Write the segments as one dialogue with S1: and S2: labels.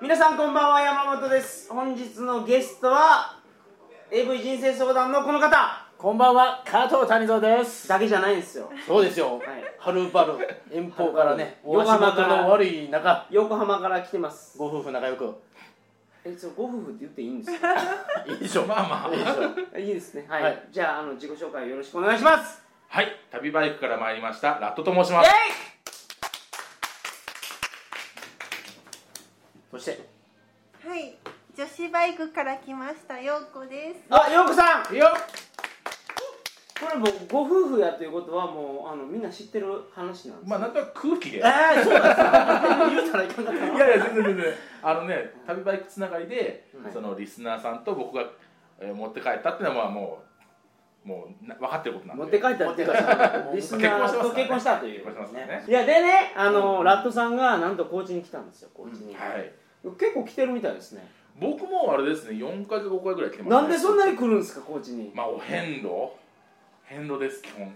S1: 皆さんこんばんは山本です本日のゲストは AV 人生相談のこの方
S2: こんばんは、加藤谷蔵です。
S1: だけじゃないんですよ
S2: そうですよ、はるばる遠方からね、お足元の悪い中、
S1: 横浜から来てます
S2: ご夫婦仲良く。
S1: えそうご夫婦って言っていいんです
S2: いいでしょう。
S3: まあま
S2: い
S3: あ
S2: いでしょう。
S1: かいいですねはい、
S2: はい
S1: じゃああの自己紹介よろしくお願いします
S3: はい、旅バイクから参りました、ラットと申し
S1: イ
S3: ま
S1: ェイ
S3: す。
S2: そして、
S4: はい、女子バイクから来ましたようこです。
S1: あようこさん
S2: いいよ。
S1: これもうご夫婦やということはもうあのみんな知ってる話なんです
S3: まあ、なんとなく空気で。い
S1: え
S3: や
S1: ー、そうなんですか 言うたらいかんかったない
S3: や、全然全然。 あのね、旅バイクつながりで、
S1: はい
S3: そのリスナーさんと僕が、えー持って帰ったっていうのは、まあ、もう。もうな、分かってることなんで。
S1: 持って帰ったっていうか、リスナーと結
S3: 結
S1: 婚
S3: 婚
S1: し
S3: したた
S1: と
S3: と
S1: い
S3: いうう
S1: こ
S3: ことと
S1: で
S3: で
S1: ね
S3: すすね。
S1: いやでね、あの、ラットさんがなんと高知に来たんですよ、高知に。
S3: はい。
S1: 結構来てるみたいですね。
S3: 僕もあれですね、四回か五回ぐらい来てます、ね。
S1: なんでそんなに来るんですか、高知に。
S3: まあ、お遍路。遍路です、基本。うん。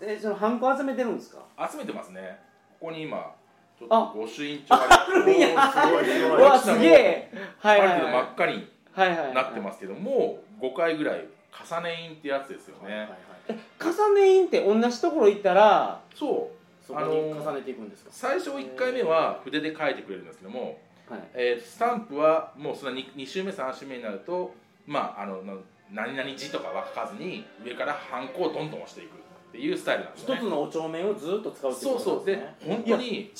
S1: え、そのハンコ集めてるんですか。
S3: 集めてますね。ここに今。ちょっ
S1: あ
S3: と御朱印帳があります。
S1: いや
S2: すごいす
S1: う
S2: ごい。
S1: わ、すげえ。はいはい
S3: ある程
S1: はい
S3: 度真っ赤に
S1: はいはい。
S3: なってますけど、もう5回ぐらい重ね印ってやつですよ
S2: は
S3: ね、
S2: いはいはい
S1: す。重ね印って同じところ行ったら、
S3: そう
S2: そこに重ねていくんですか。
S3: 最初1回目は筆で書いてくれるんですけども、
S1: はい。
S3: えースタンプはもうそんな 2, 週目3週目になるとまああのな何々字とかは書かずに上からハンコをどんどん押していくっていうスタイルなんです
S2: 一
S3: ね
S2: つのお帳面をずっと使うってい
S3: そう
S2: こと
S3: そう
S2: なんで
S3: です
S2: ね。
S3: 本当に
S1: 違う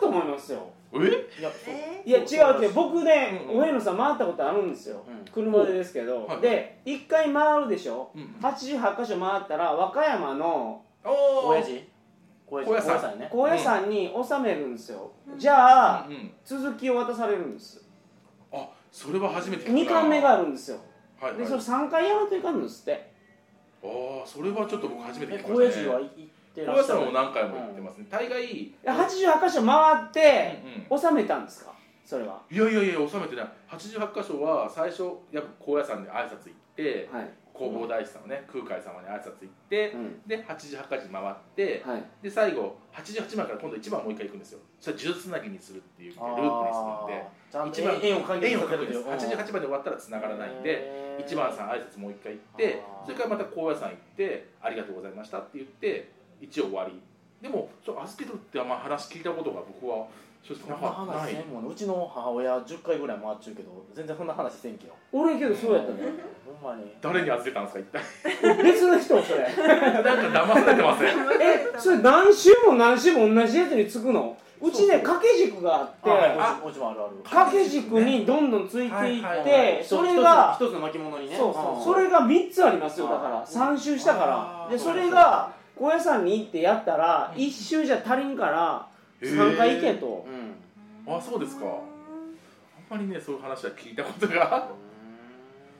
S1: と思いますよ。
S3: え
S2: いや、そう
S4: え
S1: いや
S2: そ
S1: 違
S2: う
S1: うって
S2: そう
S1: 僕ね
S3: うんうん
S1: 上野さん回ったことあるんですよ、
S2: うん
S1: 車でですけど、
S3: はい
S1: で1回回るでしょ、
S3: うんうん
S1: 88箇所回ったら和歌山の
S3: お
S2: 親父。小
S3: 高野山
S2: さんね。
S1: 高野山に納めるんですよ、
S4: うん
S1: じゃあ、
S3: うんうん、
S1: 続きを渡されるんです
S3: あそれは初めて聞くな
S1: 2巻目があるんですよ
S3: はい、はい、
S1: でそれ3回やらんといかんのですって
S3: ああそれはちょっと僕初めて聞
S2: え、
S3: き
S2: 小
S3: ま
S2: 親
S3: した
S2: 父
S3: ね
S2: は行って
S3: 高
S2: ら
S3: 野
S2: っしゃ
S3: 山
S2: る
S3: も。何回も行ってますね、大概
S1: で88箇所回って
S3: うんうん、
S1: 納めたんですかそれは、
S3: いやいやいや収めてない88箇所は最初やっぱ高野山で挨拶行って
S1: はい、
S3: 弘法大師様ね空海様に挨拶行って
S1: う、ん
S3: で88箇所回って、
S1: はい、
S3: で最後88枚から今度1番もう一回行くんですよそれ呪術つなぎにするっていうループに
S2: あ
S3: す
S2: ーちゃんと
S3: 一番
S2: 円を関
S3: るんで
S2: 係
S3: 円
S2: させ
S3: を書く
S2: る
S3: んです88枚で終わったら繋がらないんで
S2: で
S3: 1番さん挨拶もう一回行って
S2: あー
S3: それからまた高野山行ってありがとうございましたって言って一応終わりでもそう預けるってあんま話聞いたことが僕は正直
S2: そ
S3: なん
S2: な
S3: かった
S2: 話
S3: な
S2: せ
S3: い
S2: んもんねうちの母親10回ぐらい回っちゅうけど全然そんな話せんけど
S1: 俺けどそうやったね
S2: ほんまに
S3: 誰に預けたんですか一体
S1: 別の人それ
S3: なんか騙されてません。
S1: えそれ何週も何週も同じやつにつくのうちね掛け軸があって
S2: あおうちもあるある
S1: 掛け軸にどんどんついてい
S3: はい
S1: っ
S3: はい
S1: てそれが
S2: 一つの巻物にね
S1: そうそうそれが3つありますよだから
S2: あー
S1: 3周したから
S3: あー
S1: で
S3: そ
S1: そう
S3: そう
S1: れが高野山に行ってやったら
S3: うん
S1: 1周じゃ足りんから
S3: へー
S1: 3回行けと
S2: うん
S3: あ、そうですか。あんまりね、そういう話は聞いたことが。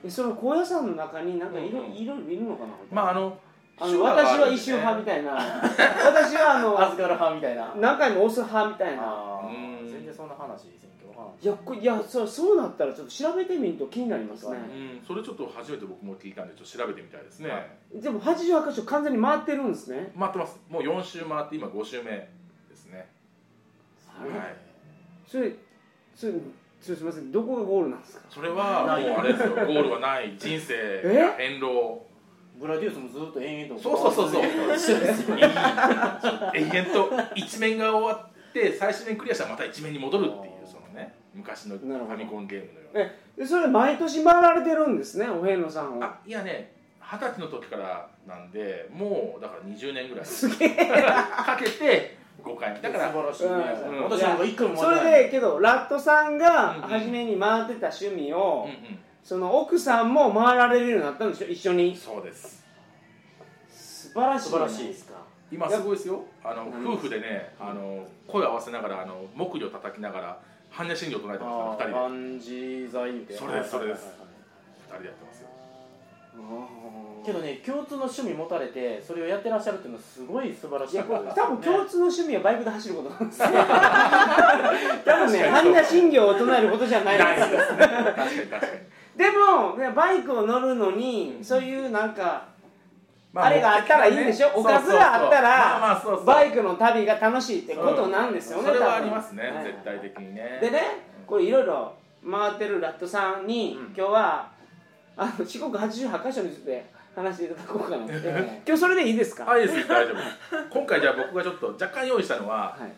S1: でその高野山の中になんかいろ
S3: うんうん
S1: いろいろいるのかな
S3: まあ、あの。
S1: あの私は一周派み
S3: い
S1: たいな私はあの
S2: 預かる派みたいな
S1: 何回も押す派みたいな
S2: あー
S3: うん
S2: 全然そんな話せんけどわかんない
S1: いやこいやそそうなったらちょっと調べてみると気になりますね
S2: う
S3: な。うん、それちょっと初めて僕も聞いたんで、ちょっと調べてみたいですね。
S2: はい
S1: でも88箇所完全に回ってるんですね
S3: 回ってます。もう四周回って、今五周目ですね。
S2: すごいね
S3: はい
S1: それそれそれすみませんどこがゴールなんですか
S3: それは、もうあれですよ、ゴールはない、人生や変動。
S2: ブラデュースもずっと延々と
S3: そうそう そうそう。
S2: 一緒ですよ
S3: 永遠と一面が終わって、最終面クリアしたら、また一面に戻るっていう、そのね。昔のファミコンゲームのような。
S1: でそれ毎年回られてるんですねお遍路さんを
S3: あいやね二十歳の時からなんでもうだから20年ぐらい
S1: すげえ
S3: かけて5回だから
S2: 素晴らしいね
S1: うん
S2: 私なんか一回も
S1: そ
S2: 回ってない
S1: れでけどラットさんが
S3: うんうん
S1: 初めに回ってた趣味
S3: う
S1: を、
S3: んう
S1: その奥さんも回られるようになったんでしょ一緒
S3: ん
S1: に
S3: そうです
S1: 素晴らしいじゃな
S2: 素晴らし
S1: で
S2: い
S1: すか
S3: 今すごいですよあの
S1: 何
S3: 夫婦でねあの声を合わせながらあの木魚叩きながら般若心経唱えてますから2人で
S2: 万事財みたいな
S3: それですそれです
S2: はいはいはいはい
S3: 二人でやってますよ
S2: けどね共通の趣味持たれてそれをやってらっしゃるっていうのはすごい素晴らし
S1: い
S2: い
S1: や
S2: こ
S1: ことれ
S2: です
S1: 多
S2: よ
S1: 分
S2: ね
S1: 共通の趣味はバイクで走ることなん ですよ多分ね
S3: 確かに
S1: 般若心経を唱えることじゃない
S3: な い
S1: です
S3: ですね確かに確かに
S1: でもねバイクを乗るのに、
S3: うん
S1: そういうなんか
S3: ま
S1: あれがあったらいいんでしょ、
S3: そう
S1: お
S3: そうそう
S1: かずがあったら、
S3: まあまあそうそう
S1: バイクの旅が楽しいってことなんですよね、
S3: それ
S1: 多
S3: は
S1: 分
S3: ありますね、
S1: はい
S3: 絶対的にね
S1: でねこれいろいろ回ってるラットさんに、
S3: うん
S1: 今日はあの四国88箇所について話していただこうかなっ て今日それでいいですか
S3: あいいですよ大丈夫です今回じゃあ僕がちょっと若干用意したのは、
S1: はい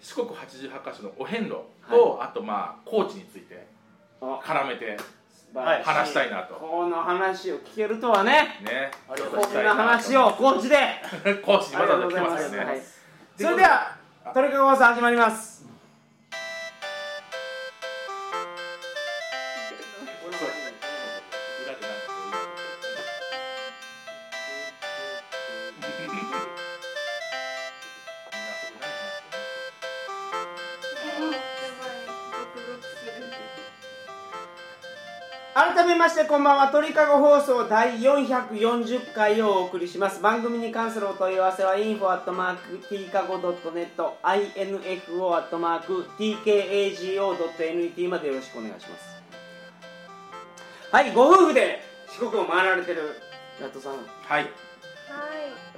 S3: 四国88箇所のお遍路と、あとまあ高知について
S1: お
S3: 絡めて
S1: 素晴らし
S3: 話したいなと
S1: この話を聞けるとはね
S3: ね
S2: ありがとう
S1: こんな話を高知であ
S3: 講師ま
S1: りが
S3: だ
S1: とう
S3: まだ
S1: ご
S3: 来
S1: ざ
S3: て
S1: いま
S3: ますすよ
S1: はいそ
S3: ね
S1: れではトリカゴ放送始まります改めましてこんばんは鳥かご放送第440回をお送りします番組に関するお問い合わせは info.tkago.net info.tkago.net までよろしくお願いしますはいご夫婦で四国を回られてるラットさん
S3: はい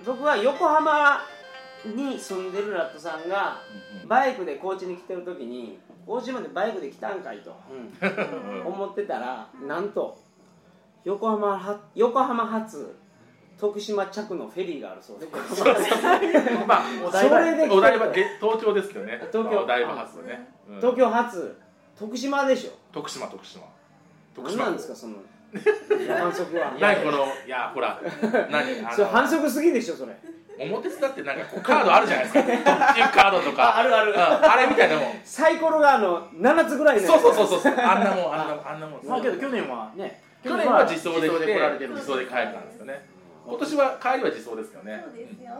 S1: 僕は横浜に住んでるラットさんがバイクで高知に来てる時に高知までバイクで来たんかいと、思ってたらなんと横浜は横浜発徳島着のフェリーがあるそうで
S3: まあ
S2: お
S1: それ
S2: 台場
S1: で来て
S3: お台場げ東京ですけどね
S1: 東京
S3: まあお台場発だね、うん
S1: 東京発徳島でしょ
S3: 徳島徳島徳
S1: 何
S3: 島
S1: なんですかその反則は
S3: 何このいやほら何あ
S1: それ
S3: の
S1: 反則すぎでしょそれ
S3: 表だってなんかこうカードあるじゃない ですか特急カードとか
S1: ああるある
S3: うんあれみたいなもん
S1: サイコロがあの7つぐらいのやつ
S3: そうそうそうそうそうあんなもんあんなもんあんなもん
S2: まあけど去年はね
S3: 去年は自走で来て
S2: 来られてるんで
S3: 自
S2: す
S3: 走で帰ったんですよね今年は帰りは自走ですけどね
S4: そうですよ。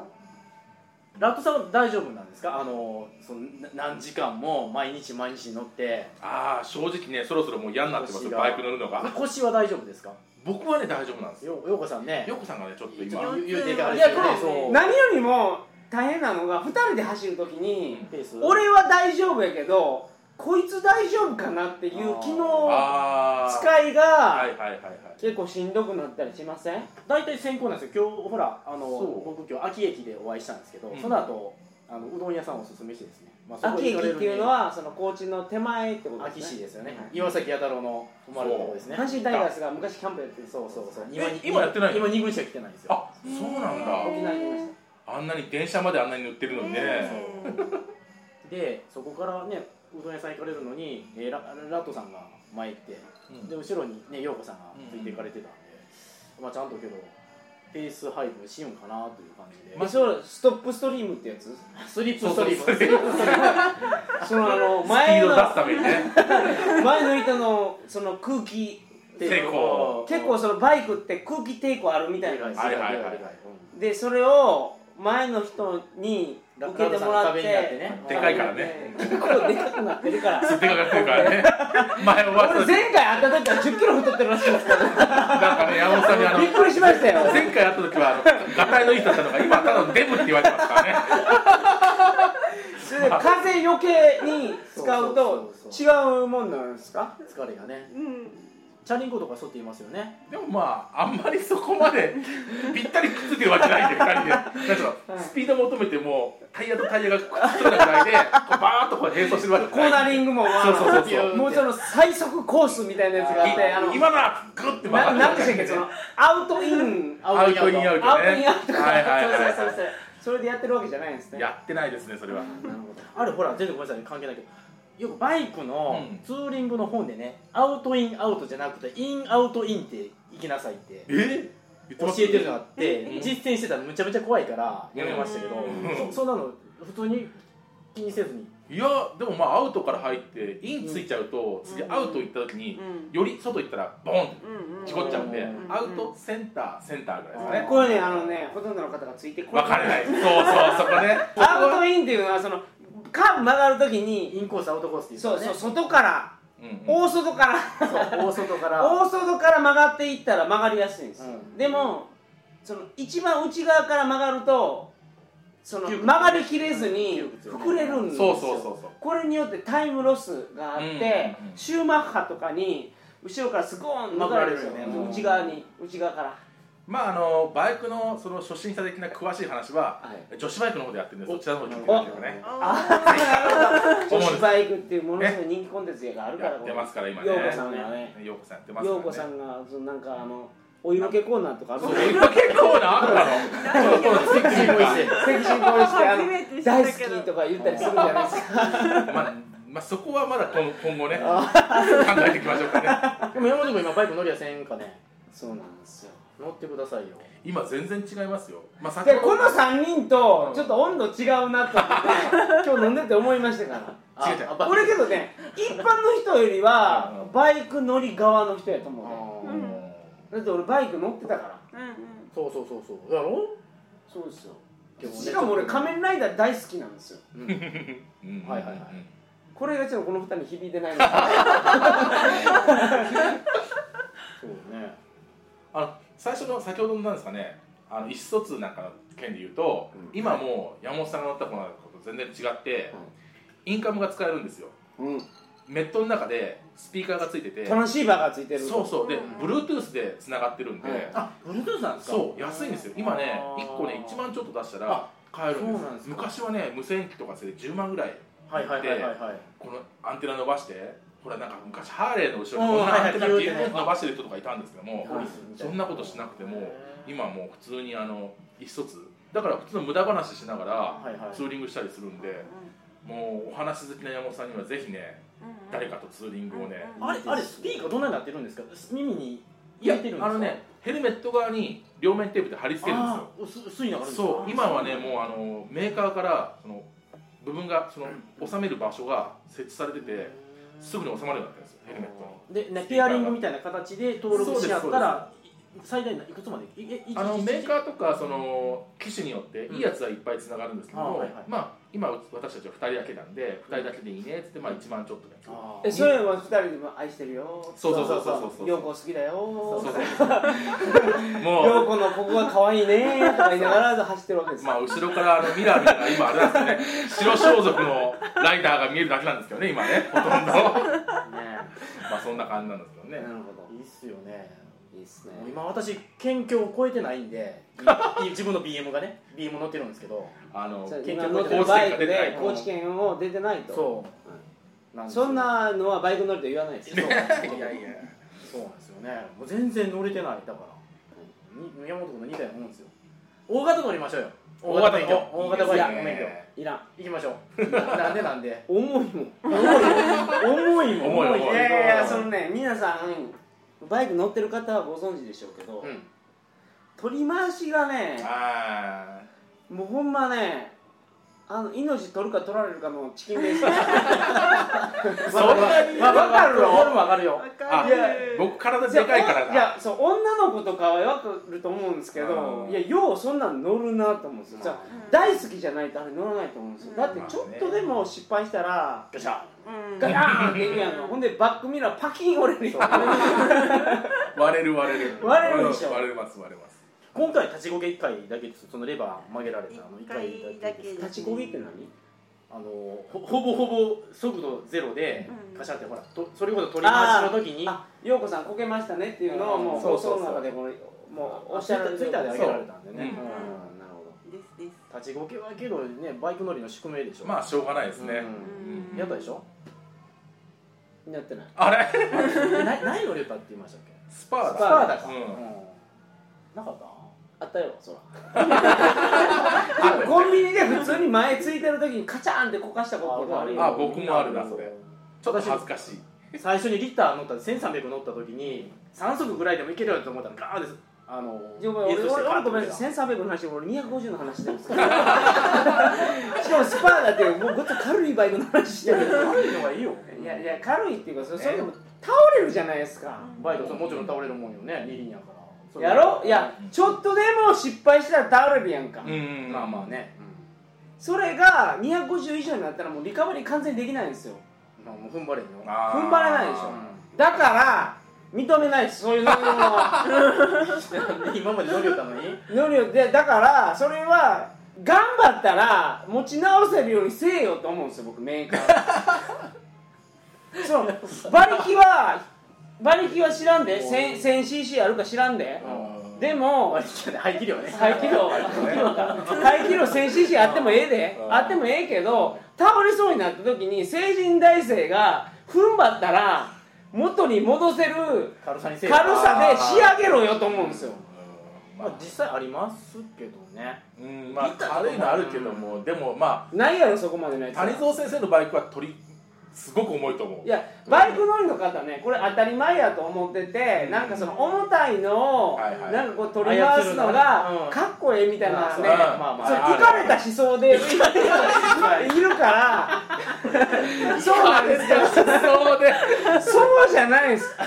S2: ラットさんは大丈夫なんですかあのそのな何時間も毎日毎日乗って
S3: ああ正直ねそろそろもう嫌になってます
S2: 腰が
S3: バイク乗るのが
S2: 腰は大丈夫ですか
S3: 僕はね大丈夫なんですよ
S2: よようこさんね
S3: ヨコさんがねちょっと
S2: ちょっ
S3: 今
S2: と言うていか
S1: い
S2: れて
S1: や
S2: る
S1: で
S2: ね
S1: も
S2: そう
S1: 何よりも大変なのが2人で走るときに
S2: ペース
S1: 俺は大丈夫やけどこいつ大丈夫かなっていう気の
S3: ああ
S1: 使い
S3: はい
S1: が
S3: はいはいはい
S1: 結構しんどくなったりしません
S2: 大体先行なんですよ今日ほらあの
S3: そう
S2: 僕今日秋駅でお会いしたんですけど、
S3: うん
S2: その後あのうどん屋さんをおすすめしてですね、まあそこ
S1: 秋
S2: 行
S1: 駅っ
S2: か
S1: て
S2: れるに
S1: いうのはその高知の手前ってこと
S2: 秋
S1: です
S2: 市
S1: ね
S2: ですよね、
S1: はい
S2: 岩崎弥太郎の生まれたとこですね
S1: 阪神タイガースが昔キャンプやってる
S2: そうそうそう
S3: え今やってないの
S2: 今2軍しか来てないんですよ
S3: あそうなん
S1: 沖
S3: だ
S1: 縄行きまし
S3: あんなに電車まであんなに乗ってるのにね
S2: でそこからねうどん屋さん行かれるのに、えーララットさんが前行って
S3: うん
S2: で後ろにね陽子さんがついていかれてたんで、まあちゃんとけどペース配分しようかなという感じで、
S1: たでそうストップストリームってや つ
S2: スリップストリーム
S3: そうそう
S1: そのあの
S3: スピー
S1: 前
S3: ド
S1: の
S3: 出すためにね
S1: 前の人のその空気
S3: 抵抗
S1: 結構そのバイクって空気抵抗あるみたいなんです
S3: はい
S1: よ
S3: はいはい
S1: でそれを前の人に
S2: ラ
S1: 受けてもらっ
S2: ラブさんの壁
S1: て
S2: になってね
S3: でかいからね
S1: 結構でかくなってる から
S3: でかかってるからね 前終わった
S1: 俺
S3: 時
S1: 前回会った時は1 0キロ太ってるらしいん ですけ
S3: なんかね山本さんにあ
S1: ど
S3: の
S1: びっくりしましたよ
S3: 前回会った時はあのガタイのいい人だったのが今ただのデブって言われてますからね
S1: それで風余計に使うと
S2: そうそう
S1: 違うもんなんですか
S2: 疲れがね
S4: うん。
S2: チャリンコとか沿っていますよね
S3: でもまああんまりそこまでぴったりくっついてるわけないんで2人でなんかスピード求めてもタイヤとタイヤがくっついたぐらいでこうバーッとこう並走してるわけじ
S1: コ
S3: ゃ
S1: ー
S3: ない
S1: ナリングもまあ
S3: そうそうそうそう
S1: もうその最速コースみたいなやつがあってあの
S3: い今だグッて
S1: な
S3: 回
S1: なんでしたっけそのアウトインアウ
S3: アウトインアウトね
S1: トインアウト
S3: はいはいはい
S1: そうそうそうそうそれでやってるわけじゃないんですね
S3: やってないですねそれは
S2: あるほら全然ごめんなさい関係ないけどよくバイクの
S3: うん
S2: ツーリングの本でね、アウトインアウトじゃなくてインアウトインって行きなさいって
S3: え
S2: 教えてるのが
S3: な
S2: あって、
S3: うん
S2: 実践してたらむちゃむちゃ怖いからやめましたけど、
S3: う
S2: そ
S3: ん
S2: そんなの普通に気にせずに
S3: いやでもまあアウトから入ってインついちゃうと次アウト行った時に
S4: うん
S3: より外行ったらボンって
S4: うんうん。
S3: 事故っちゃうんで
S2: うん
S3: アウトセンターセンターぐらいですかね
S1: これねあのねほとんどの方がついてこ
S3: 分かれないそうそうそこね
S1: アウトインっていうのはそのカーブ曲がるときに
S2: インコースアウトコースって言った
S1: そう
S2: らね
S1: そう外から
S3: うんうん
S1: 大外から
S2: そう大外から
S1: 大外から曲がっていったら曲がりやすいんです、
S2: うん
S1: でもその一番内側から曲がるとその
S2: 窮屈
S1: 曲がりきれずに
S2: 窮屈よね
S1: 膨れるんです
S3: そ
S1: よ
S3: うそうそうそう
S1: これによってタイムロスがあって、
S3: うんうん
S1: シューマッハとかに後ろからスコーン抜かれるんですよ、
S2: 曲がれるよね
S1: 内側に内側から
S3: まああのバイクのその初心者的な詳しい話は、
S1: は
S3: 女子バイクの方でやってるんでそちらの方に聞いて
S1: お
S3: みてくださいね
S4: あ
S3: 主
S1: 女
S3: に
S1: 子バイクっていうものすごい人気コンテンツがあるから
S3: やってますから今ね
S1: ようこさんがね
S3: 陽子さんやってます
S1: ようこさ
S3: ね
S1: んがそのなんかあのお色気コーナーとかある
S3: そ
S1: の
S3: う結構なあったのそうそうセクシーが
S1: セクシーボイスであ
S4: 初めて知
S1: の
S4: った
S1: 大好
S4: けど
S1: きとか言ったりするじゃないですか
S3: まあ、まあ、そこはまだ今今後ね考えていきましょうかね
S2: でも山本君今バイク乗りやせんかね
S1: そうなんですよ
S2: 乗ってくださいよ
S3: 今全然違いますよまあ先
S1: で
S3: ほど
S1: この3人とちょっと温度違うなと思って今日飲んでて思いましたから
S2: あ
S3: 違う違う
S2: あバイク
S1: 俺けどね一般の人よりはバイク乗り側の人やと思
S2: あ
S4: う
S2: ー
S4: ん
S1: うねだって俺バイク乗ってたから
S4: うんうん
S2: そうそうそうそうだろ
S1: そうですよ
S2: でもね
S1: しかも俺仮面ライダー大好きなんですよ
S3: うんうん
S2: はいはいはい
S1: これがちょっとこの2人に響いてないんですよ
S2: そうね
S3: あの最初の先ほどのなんですかねあの意思疎通なんかの件で言うと、
S1: うん
S3: 今もう山本さんが乗った子のこと全然違って、インカムが使えるんですよ
S1: うん
S3: メットの中でスピーカーがついてて
S1: 楽しいバーがついてる
S3: そうそうで
S4: うん
S3: Bluetooth でつながってるんで、
S1: はい
S2: あブルートゥースなんですか
S3: そう安いんですよ今ね
S2: あー
S3: 1個ね1万ちょっと出したら買えるんで
S2: そう
S3: す
S2: なんですか
S3: 昔はね無線機とかで10万ぐらい
S2: はいはいはいはいはい
S3: このアンテナ伸ばしてほらなんか昔ハーレーの後ろに
S2: うん
S3: こんなアンテナ
S2: はいはい
S3: ギューッと伸ばしてる人とかいたんですけども、
S1: はい
S3: そんなことしなくても今もう普通にあの意思疎通だから普通の無駄話しながら
S2: はいはい
S3: ツーリングしたりするんで、もうお話好きな山本さんにはぜひね
S4: うん
S3: 誰かとツーリングをね、
S4: うん
S2: あれあれスピーカーどんなになってるんですか耳に
S3: いや
S2: 入れてるんですか
S3: あのねヘルメット側に両面テープで貼り付けるんですよ
S2: あー薄薄いのがあるんですか
S3: そう今はねもうあのメーカーからその部分がその収める場所が設置されててすぐに収まるようになってるんですよヘルメットに。
S2: で、ね、ペアリングみたいな形で登録し合ったら最大ないくつまでいえい
S3: あの
S2: い
S3: メーカーとかその機種によって
S2: うん
S3: いいやつはいっぱいつながるんですけど
S2: あ
S3: も、
S2: はいはい
S3: まあ今私たちは2人だけなんで2人だけでいいねっつってまあ1万ちょっとで
S2: あー
S1: えそれは2人でも愛してるよ
S3: そうそうそうそうそう
S1: 陽子好きだよ
S3: そうそうも
S1: 陽子のここが可愛いねとか言いながら走ってるわけで
S3: う
S1: すよ
S3: まあ後ろからあのミラーみたいな今あれなんですよね白装束のライダーが見えるだけなんですけどね今ね ほとんどま
S2: ね
S3: あそんな感じなんですけどね
S1: なるほど
S2: いいっすよね
S1: いいっすね
S2: もう今私県境を越えてないん でいい自分の BM がね BM 乗ってるんですけど
S3: あの
S1: そう
S2: 結
S1: 今
S2: 局
S1: 乗ってるバイク
S3: 高知
S1: で高知
S3: 県が出てない
S1: 県を出てないと
S2: そうなんですよ
S1: そんなのはバイク乗りと言わないです
S2: そう
S1: よ
S2: いやいやそうなんですよねもう全然乗れてないだからに山本君の2台思うんですよ大型乗りましょうよ
S3: 大型
S2: 免許大型バイクの免許
S1: いらん
S2: 行きましょうなんでなんで
S1: 重いもん
S2: 重い
S3: 重い重い
S1: いやいやいやそのね皆さんバイク乗ってる方はご存知でしょうけど、
S2: うん
S1: 取り回しがね
S3: あ
S1: もうほんまねあの命取るか取られるかのチキンレース
S2: そんなに
S1: まあわかるよ
S2: わわかるよ
S4: わか
S3: あ
S4: る
S1: いや
S3: ー僕体でかいから
S1: い
S3: な
S1: やそう女の子とかは分かると思うんですけど
S3: うん
S1: いやようそんなん乗るなと思うんですよ、じゃあ
S4: うん
S1: 大好きじゃないとあれ乗らないと思うんですよだってちょっとでも失敗したら
S2: よっしゃ
S4: うん
S1: ガヤーンっていくやんかほんでバックミラーパキン折れるよ
S3: 割れる割れる
S1: 割れるでしょ
S3: 割れます割れます
S2: 今回立ちこげ1回だけですそのレバー曲げられたの
S4: 一回だけ
S2: です
S1: 立ちこぎって何
S2: あのほほぼほぼ速度ゼロで
S4: うん
S2: カシャってほらとそれこそ取り回しの時に
S1: あようこさんこけましたねっていうのをもう
S3: そ
S1: 放
S3: うそう
S1: 送
S3: そう
S1: の中でこのもうお
S2: お
S1: っ
S2: っ
S1: し
S2: し
S1: ゃ
S2: ゃ
S1: ら
S2: ら
S1: れ
S2: れ
S1: て
S2: ツイッターで上げられたんで
S3: う
S2: ね
S3: ん
S1: うん
S2: うん
S1: なるほど
S4: ですです
S2: 立ちこけはけどねバイク乗りの宿命でしょ
S3: まあしょうがないですね、
S4: うん
S2: やったでしょ
S1: やってない
S3: あ れ
S2: な何乗れたって言いましたっけ
S3: スパー
S1: スパ
S2: ス
S3: だ
S2: パ
S1: ーだ
S2: ーだ
S1: か
S2: か、
S3: う
S2: うんんなかった
S1: あったよそらあコンビニで普通に前ついてる時にカチャーンってこかしたことがあるよ
S3: あ僕もあるなそれちょっと恥ずかしい
S2: 最初にリッター乗った1300乗った時に3速ぐらいでもいけるよと思ったらガーンですあの
S1: でも俺
S2: 演奏して
S1: 俺
S2: ガー
S1: 俺
S2: ン
S1: ごめんなさい1300の話で俺250の話してるんですからしかもスパーだってもうごっつ軽いバイクの話してる
S2: 軽いのがいいよ
S1: いやいや軽いっていうかそそれでも倒れるじゃないですか、
S2: バイクもちろん倒れるもんよね二輪やからそれ
S1: やろいやちょっとでも失敗したら倒れるやんか、
S3: うん
S2: まあまあね、
S1: それが250以上になったらもうリカバリー完全にできないんですよ
S2: まあもう踏ん張れんよ
S3: あー
S1: 踏ん張れないでしょだから認めないしそういうの
S2: うん 今まで乗りよったのに
S1: 乗りをでだからそれは頑張ったら持ち直せるようにせえよと思うんですよ僕メーカーその馬力は馬力は知らんで 1000cc あるか知らんで
S2: うん
S1: でも
S2: 割り切らない排気量ね
S1: 排気量排気量戦士時あってもええで
S3: うん
S1: あってもええけど倒れそうになった時に成人大生が踏ん張ったら元に戻せる
S2: 軽さにせ
S1: 軽
S2: え
S1: さで仕上げろよと思うんですよ
S3: うん
S2: まあ
S3: ま
S2: 実際ありますけどね
S3: あうんまあ軽いのあるけどもでもま
S1: ないやろそこまでない
S3: あ谷蔵先生のバイクは取りすごく重いと思う
S1: いやバイク乗りの方ねこれ当たり前やと思っててなんかその重たいのを
S3: はいはい
S1: なんかこう取り回すのが
S2: うん
S1: かっこええみたいなの
S2: まあ
S1: ね
S2: ねまあま
S1: そ
S2: あ
S1: れ浮かれた思想でいるからそうなんですよ
S3: そうで
S1: そうじゃないです
S2: 全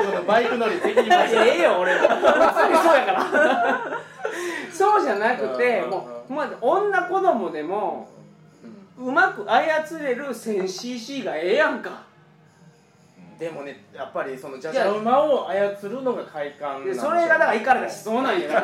S2: 国のバイク乗り全員
S1: いや
S2: バイ
S1: い
S2: ク
S1: やええよ俺別にそうやからそうじゃなくて
S3: うん
S1: もう、まあ、女子供でもうまく操れる 1000cc がええやんか
S2: でもねやっぱりそのじゃじゃ馬を操るのが快感なん
S1: で
S2: でしょ
S1: それがだからいかれた思想なんやから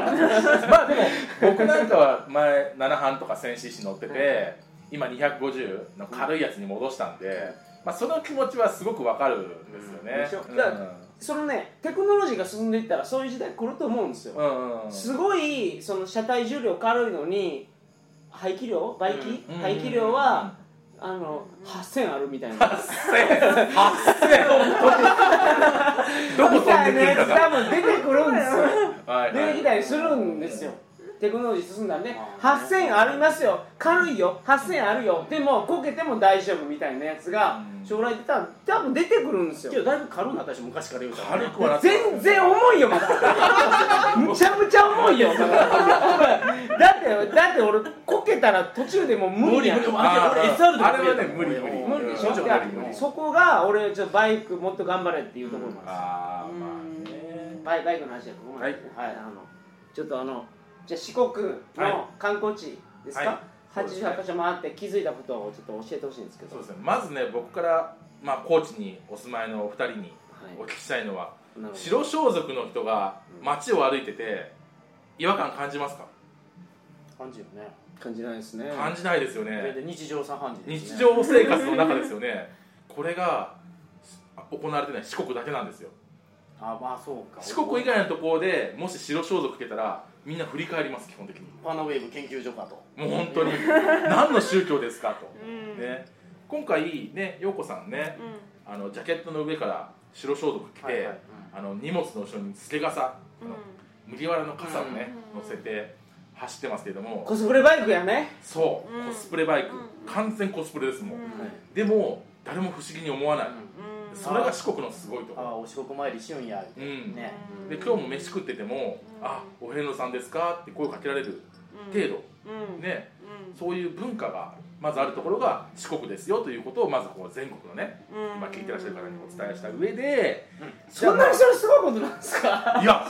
S3: まあでも僕なんかは前7班とか 1000cc 乗ってて今250の軽いやつに戻したんでまあその気持ちはすごくわかるんですよ
S2: うん
S3: ね
S2: でしょ
S3: うん
S1: だからそのねテクノロジーが進んでいったらそういう時代来ると思うんですよ、
S3: うんうん
S1: すごいその車体重量軽いのに排気量排気、
S3: うん
S1: 排気量は、あの8000あるみたいな
S3: どこ
S1: みたい
S3: 飛ん
S1: な
S3: でく
S1: や
S3: る
S1: つ
S3: か
S1: 多分出てくるんですよ
S3: が はいはい
S1: 出てきたりするんですよテクノロジー進んだらね
S2: あー
S1: 8000ありますよ軽いよ8000あるよでもこけても大丈夫みたいなやつが
S3: うん
S1: 将来出たら多分出てくるんですよ
S2: けどだいぶ軽くなったし昔から言うたら
S3: 軽くはなってます
S1: 全然重いよまだむちゃむちゃ重いよだってだって俺こけたら途中でもう無理やん
S2: 無理無理
S3: あー
S2: SR でも
S3: あれはね無理無理
S1: 無理でしょ
S3: うん
S1: じ
S3: 無
S1: ゃ
S3: 理無
S1: あ
S3: 理
S1: そこが俺ちょっとバイクもっと頑張れっていうところなんですよ
S3: あーまあね
S1: バイバイクの話はここまで、
S3: はい
S1: あのちょっとあのじゃあ四国の観光地ですか、
S3: はい
S1: 88箇所回って気づいたことをちょっと教えてほしいんですけど
S3: そうですねまずね僕からまあ高知にお住まいのお二人にお
S1: は
S3: 聞きしたいのはい
S1: なるほど
S3: 白装束の人が街を歩いてて違和感感じますか
S2: 感じよね
S1: 感じないですね
S3: 感じないですよ
S2: それ
S3: ね
S2: で日常茶飯事です
S3: 日
S2: ね
S3: 常生活の中ですよねこれがあ行われてない四国だけなんですよ
S2: あまあそうか
S3: 四国以外のところでもし白装束着てたらみんな振り返ります基本的に
S2: パナウェーブ研究所かと
S3: もう本当に何の宗教ですか
S4: う
S3: と、
S4: ん
S3: ね、今回ね陽子さんねあのジャケットの上から白装束着て、
S2: はいはい
S3: あの荷物の後ろに付け傘あ
S4: うん
S3: の麦わらの傘をね、
S4: うん
S3: 乗せて走ってますけれども
S1: コスプレバイクやね
S3: そう、
S4: うん
S3: コスプレバイク、
S4: うん
S3: 完全コスプレですもん、
S4: うん
S2: はい
S3: でも誰も不思議に思わない、
S4: うん
S3: それが四国のすごいと
S2: あ
S3: こ
S2: あお四国参りしよんや
S3: ろ、うん
S2: ね
S4: うん
S3: で今日も飯食ってても「
S4: うん
S3: あお遍路さんですか?」って声かけられる程度、
S4: うん
S3: ね、
S4: うん
S3: そういう文化がまずあるところが四国ですよということをまずこう全国のね
S4: うん
S3: 今聞いてらっしゃる方にお伝えした上で
S1: そんなにそれすごいことなんですか
S3: いや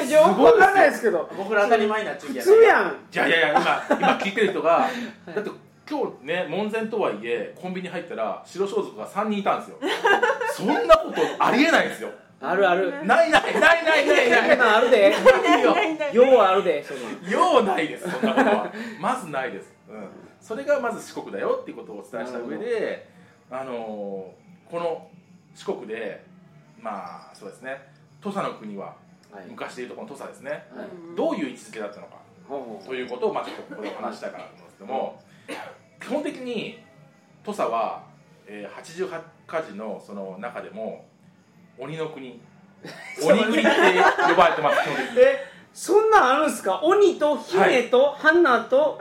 S1: いやよくわかんないですけど
S2: 僕ら当たり前になっちゃう
S1: 普
S2: や
S1: 通やん
S3: いやいやいや今今聞いてる人がだって今日ね門前とはいえコンビニ入ったら白装束が3人いたんですよそんなことありえないですよ
S1: あるある
S3: ないないないないないない
S1: そんなんあるで
S3: ないよ
S1: ようあるでそんなん
S3: ようないですそんなことはまずないです、うん、それがまず四国だよっていうことをお伝えした上であのーこの四国でまあそうですね土佐の国は
S1: はい
S3: 昔でいうとこの土佐ですね
S1: はい
S3: どういう位置づけだったのか
S1: ほうほう
S3: ということをまあちょっとここでお話したいかなと思うんですけども基本的に土佐は、えー、88か寺のその中でも鬼の 国鬼国って呼ばれてます基本的に
S1: えそんなんあるんすか鬼と姫と花と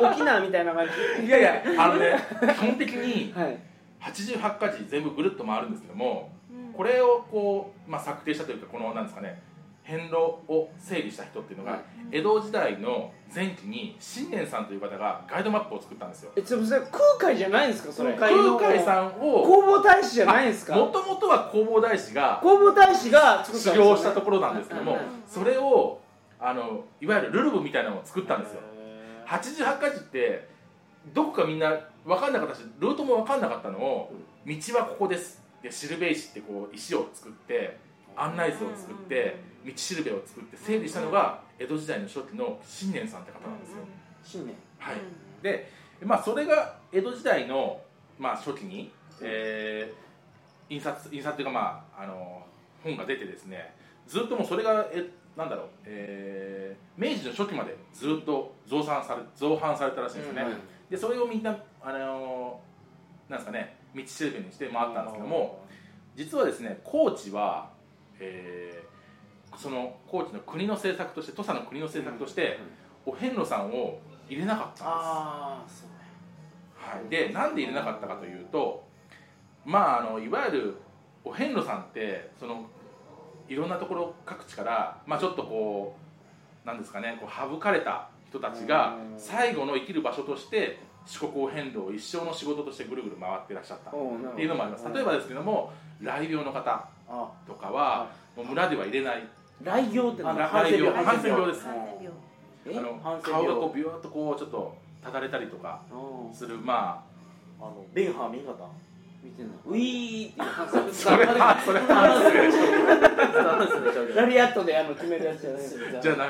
S1: 沖縄みたいな感じ
S3: いやいや、あのね、基本的に
S1: はい
S3: 88か寺全部ぐるっと回るんですけども、これをこう、まあ、策定したというか、このなんですかね、遍路を整理した人っていうの
S1: はい
S3: が、江戸時代の前期に新年さんという方がガイドマップを作ったんですよ。
S1: えちょっとそれ空海じゃないんですかそれ
S2: 空
S3: 空海さんを、
S1: 弘法大師じゃないんですか
S3: もともとは弘法大師が
S1: 弘法大師が作ったんで
S3: 修
S1: すよね
S3: 行したところなんですけども
S1: はいはい
S4: はい、
S3: それをあのいわゆるルルブみたいなのを作ったんですよ。88か寺ってどこかみんな分かんなかったしルートも分かんなかったのを道はここですでシルベイ石ってこう石を作って案内図を作って道しるべを作って整理したのが江戸時代の初期の信念さんって方なんですよ、
S2: 新年
S3: はいで、まあ、それが江戸時代の、まあ、初期に、えー印刷印刷というか、まあ、あの本が出てですねずっともうそれがえなんだろう、えー明治の初期までずっと増産され造反されたらしいんですよね、
S2: うん
S1: はい
S3: でそれをみんな、あのーなんですかね道しるべにして回ったんですけども、実はですね高知は、えーその高知の国の政策として土佐の国の政策として、お遍路さんを入れなかったんです
S2: ああそうね
S3: はい、でなんで入れなかったかというとまああのいわゆるお遍路さんってそのいろんなところ各地から、まあ、ちょっとこうなんですかねこう省かれた人たちが
S2: うん
S3: 最後の生きる場所として四国お遍路を一生の仕事としてぐるぐる回ってらっしゃったっ
S2: おなるほど
S3: ていうのもあります
S2: ん
S3: 例えばですけども雷病の方
S2: あ
S3: とかはもう村では入れない
S1: 来業って
S2: あ
S1: 何
S2: ら
S1: ハンセン病
S3: 来
S2: ハンセン病
S3: です
S4: 完全病
S1: え
S3: あの
S2: ハンセン
S3: 顔
S2: 病
S3: がこうビューッとこうちょっとただれたりとか
S1: うん
S3: するま
S2: あのベンハー見んかった
S1: 見てないウィーっていうハンセン病
S3: あそれはそれは失礼
S1: ラリアットであの決めるやつじゃないです
S3: じゃな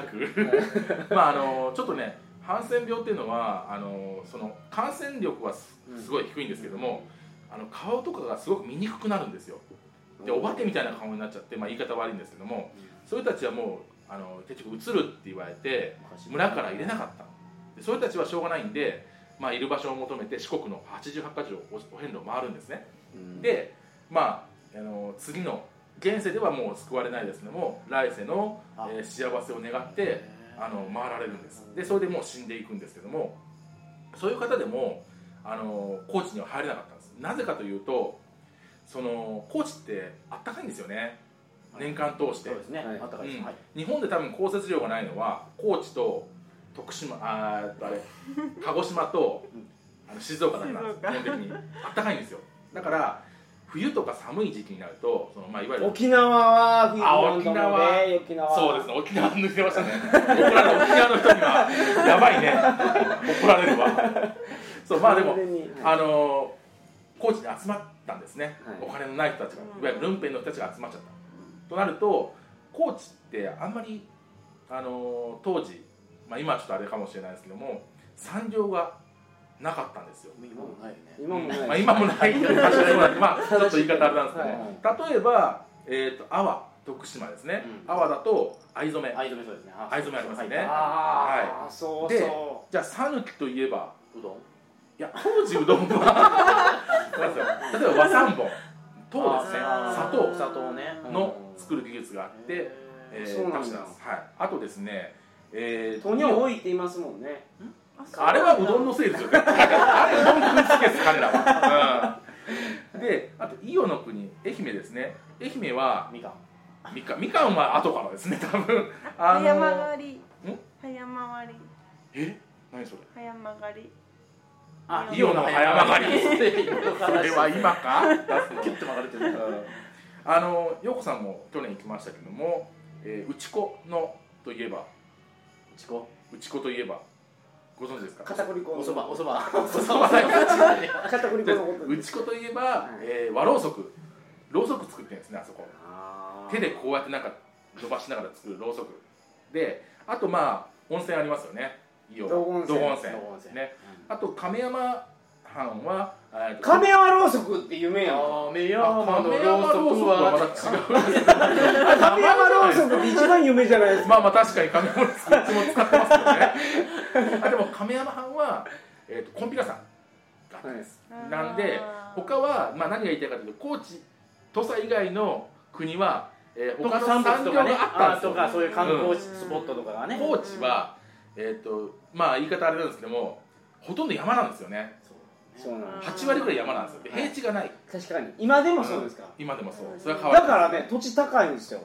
S3: く、まああのちょっとね、ハンセン病っていうのはあのその感染力はす
S2: うん
S3: すごい低いんですけども、あの顔とかがすごく見にくくなるんですよ。 でお化けみたいな顔になっちゃって、まあ言い方悪いんですけども、そういう人たちはもうあの結局移るって言われて村から入れなかったの。でそういう人たちはしょうがないんで、まあいる場所を求めて四国の88カ所をおお遍路を回るんですね。で、まああの次の現世ではもう救われないですけども来世の、
S2: あ
S3: えー幸せを願ってあの回られるんですでそれでもう死んでいくんですけどもそういう方でもあの高知には入れなかったんですなぜかというとその高知ってあったかいんですよね年間通して
S2: そうですね
S1: はい
S2: あったかいです
S3: うん
S2: はい
S3: 日本で多分降雪量がないのは高知と徳島あー あれ鹿児島と
S2: うん
S3: あの静岡だから
S4: 静岡
S3: 基本的にあったかいんですよだから冬とか寒い時期になるとその、まあ、いわゆる
S1: 沖縄は冬な
S3: あ
S1: んだもんね沖縄
S3: そうですね、沖縄抜けましたね。怒られる沖縄の人には、やばいね。怒られるわ。そう、まあでも
S1: 完、全に
S3: あのー高知に集まったんですね、
S1: はい
S3: お金のない人たちが、
S4: うん
S3: いわゆるルンペンの人たちが集まっちゃった。となると、高知ってあんまり、あのー当時、まあ、今はちょっとあれかもしれないですけども、産業がなかったんですよ。
S2: 今もないよね
S1: 今もない
S3: まあ、今もないけど、多少はまあ、ちょっと言い方あれなんですけど、
S1: は
S3: ね例えば、えー、と阿波、徳島ですね、
S2: うん
S3: 阿波だと藍染め。
S2: 藍染めそうですねあ
S3: 藍染めありますよね
S2: は
S1: ああそう
S3: で
S1: そ
S3: じゃあ讃岐といえば
S2: いうどん
S3: いや当時うどんはそうですよ例えば和三盆糖ですね
S2: あー
S3: 砂糖
S2: 砂糖ね
S3: の作る技術があっ
S2: へ
S3: て、え
S1: そう
S3: ー、
S1: なんだ
S3: 各地なんです、はい、あとですね
S1: う
S3: えー
S1: 糖尿多いって言いますもんね
S3: あれはうどんのせいですよねあれうどん食いつけです彼らは、うんであと伊予の国愛媛ですね愛媛は
S2: みかん
S3: みかんみかんは後からですね多分あ
S4: 早回り
S3: ん
S4: 早回り
S3: え何それ
S4: 早回り
S2: あ
S3: イオの早曲がり そ
S2: そ
S3: れは今か出すの
S2: キュッと曲がれてる
S3: あの陽子さんも去年行きましたけども、えー、内子のといえば
S2: ちこ
S3: 内子といえばご存知ですか
S1: 片栗粉
S2: おそばおそば
S3: そばだよ
S1: 片栗粉のこと
S3: 内子といえば、えー、和ろうそくろうそく作ってるんですねあそこ手でこうやってなんか伸ばしながら作るろうそくであとまあ温泉ありますよね伊予は
S1: 道後温泉
S3: 道後
S2: 道後温泉
S3: ねあと亀山藩はえーと
S1: 亀山ろうそくって夢やん
S2: あめ
S3: あ
S2: や
S3: 亀山ろうそくはまだ違う
S1: 亀山ろうそくって一番夢じゃないですか
S3: まあまあ確かに亀山さんいつも使ってますけどねあでも亀山藩は、えー、とコンピラさんがあったんです、なんで
S4: あー
S3: 他は、まあ、何が言いたいかというと高知土佐以外の国は、えー
S2: 他
S3: 他の
S2: の
S3: 産
S2: 産
S3: 業
S2: とかね
S3: があったん
S2: あ
S3: です
S2: と
S3: よ、
S2: かそういう観光スポットとかがね
S3: 高知は、えー、とまあ言い方あれなんですけどもほとんど山なんですよね
S1: そうなんで
S3: 8割ぐらい山なんですよで平地がない
S1: す確かに今でもそうですか
S3: 今でもそうそれは変わ
S1: だ
S3: らない
S1: からね土地高いんですよ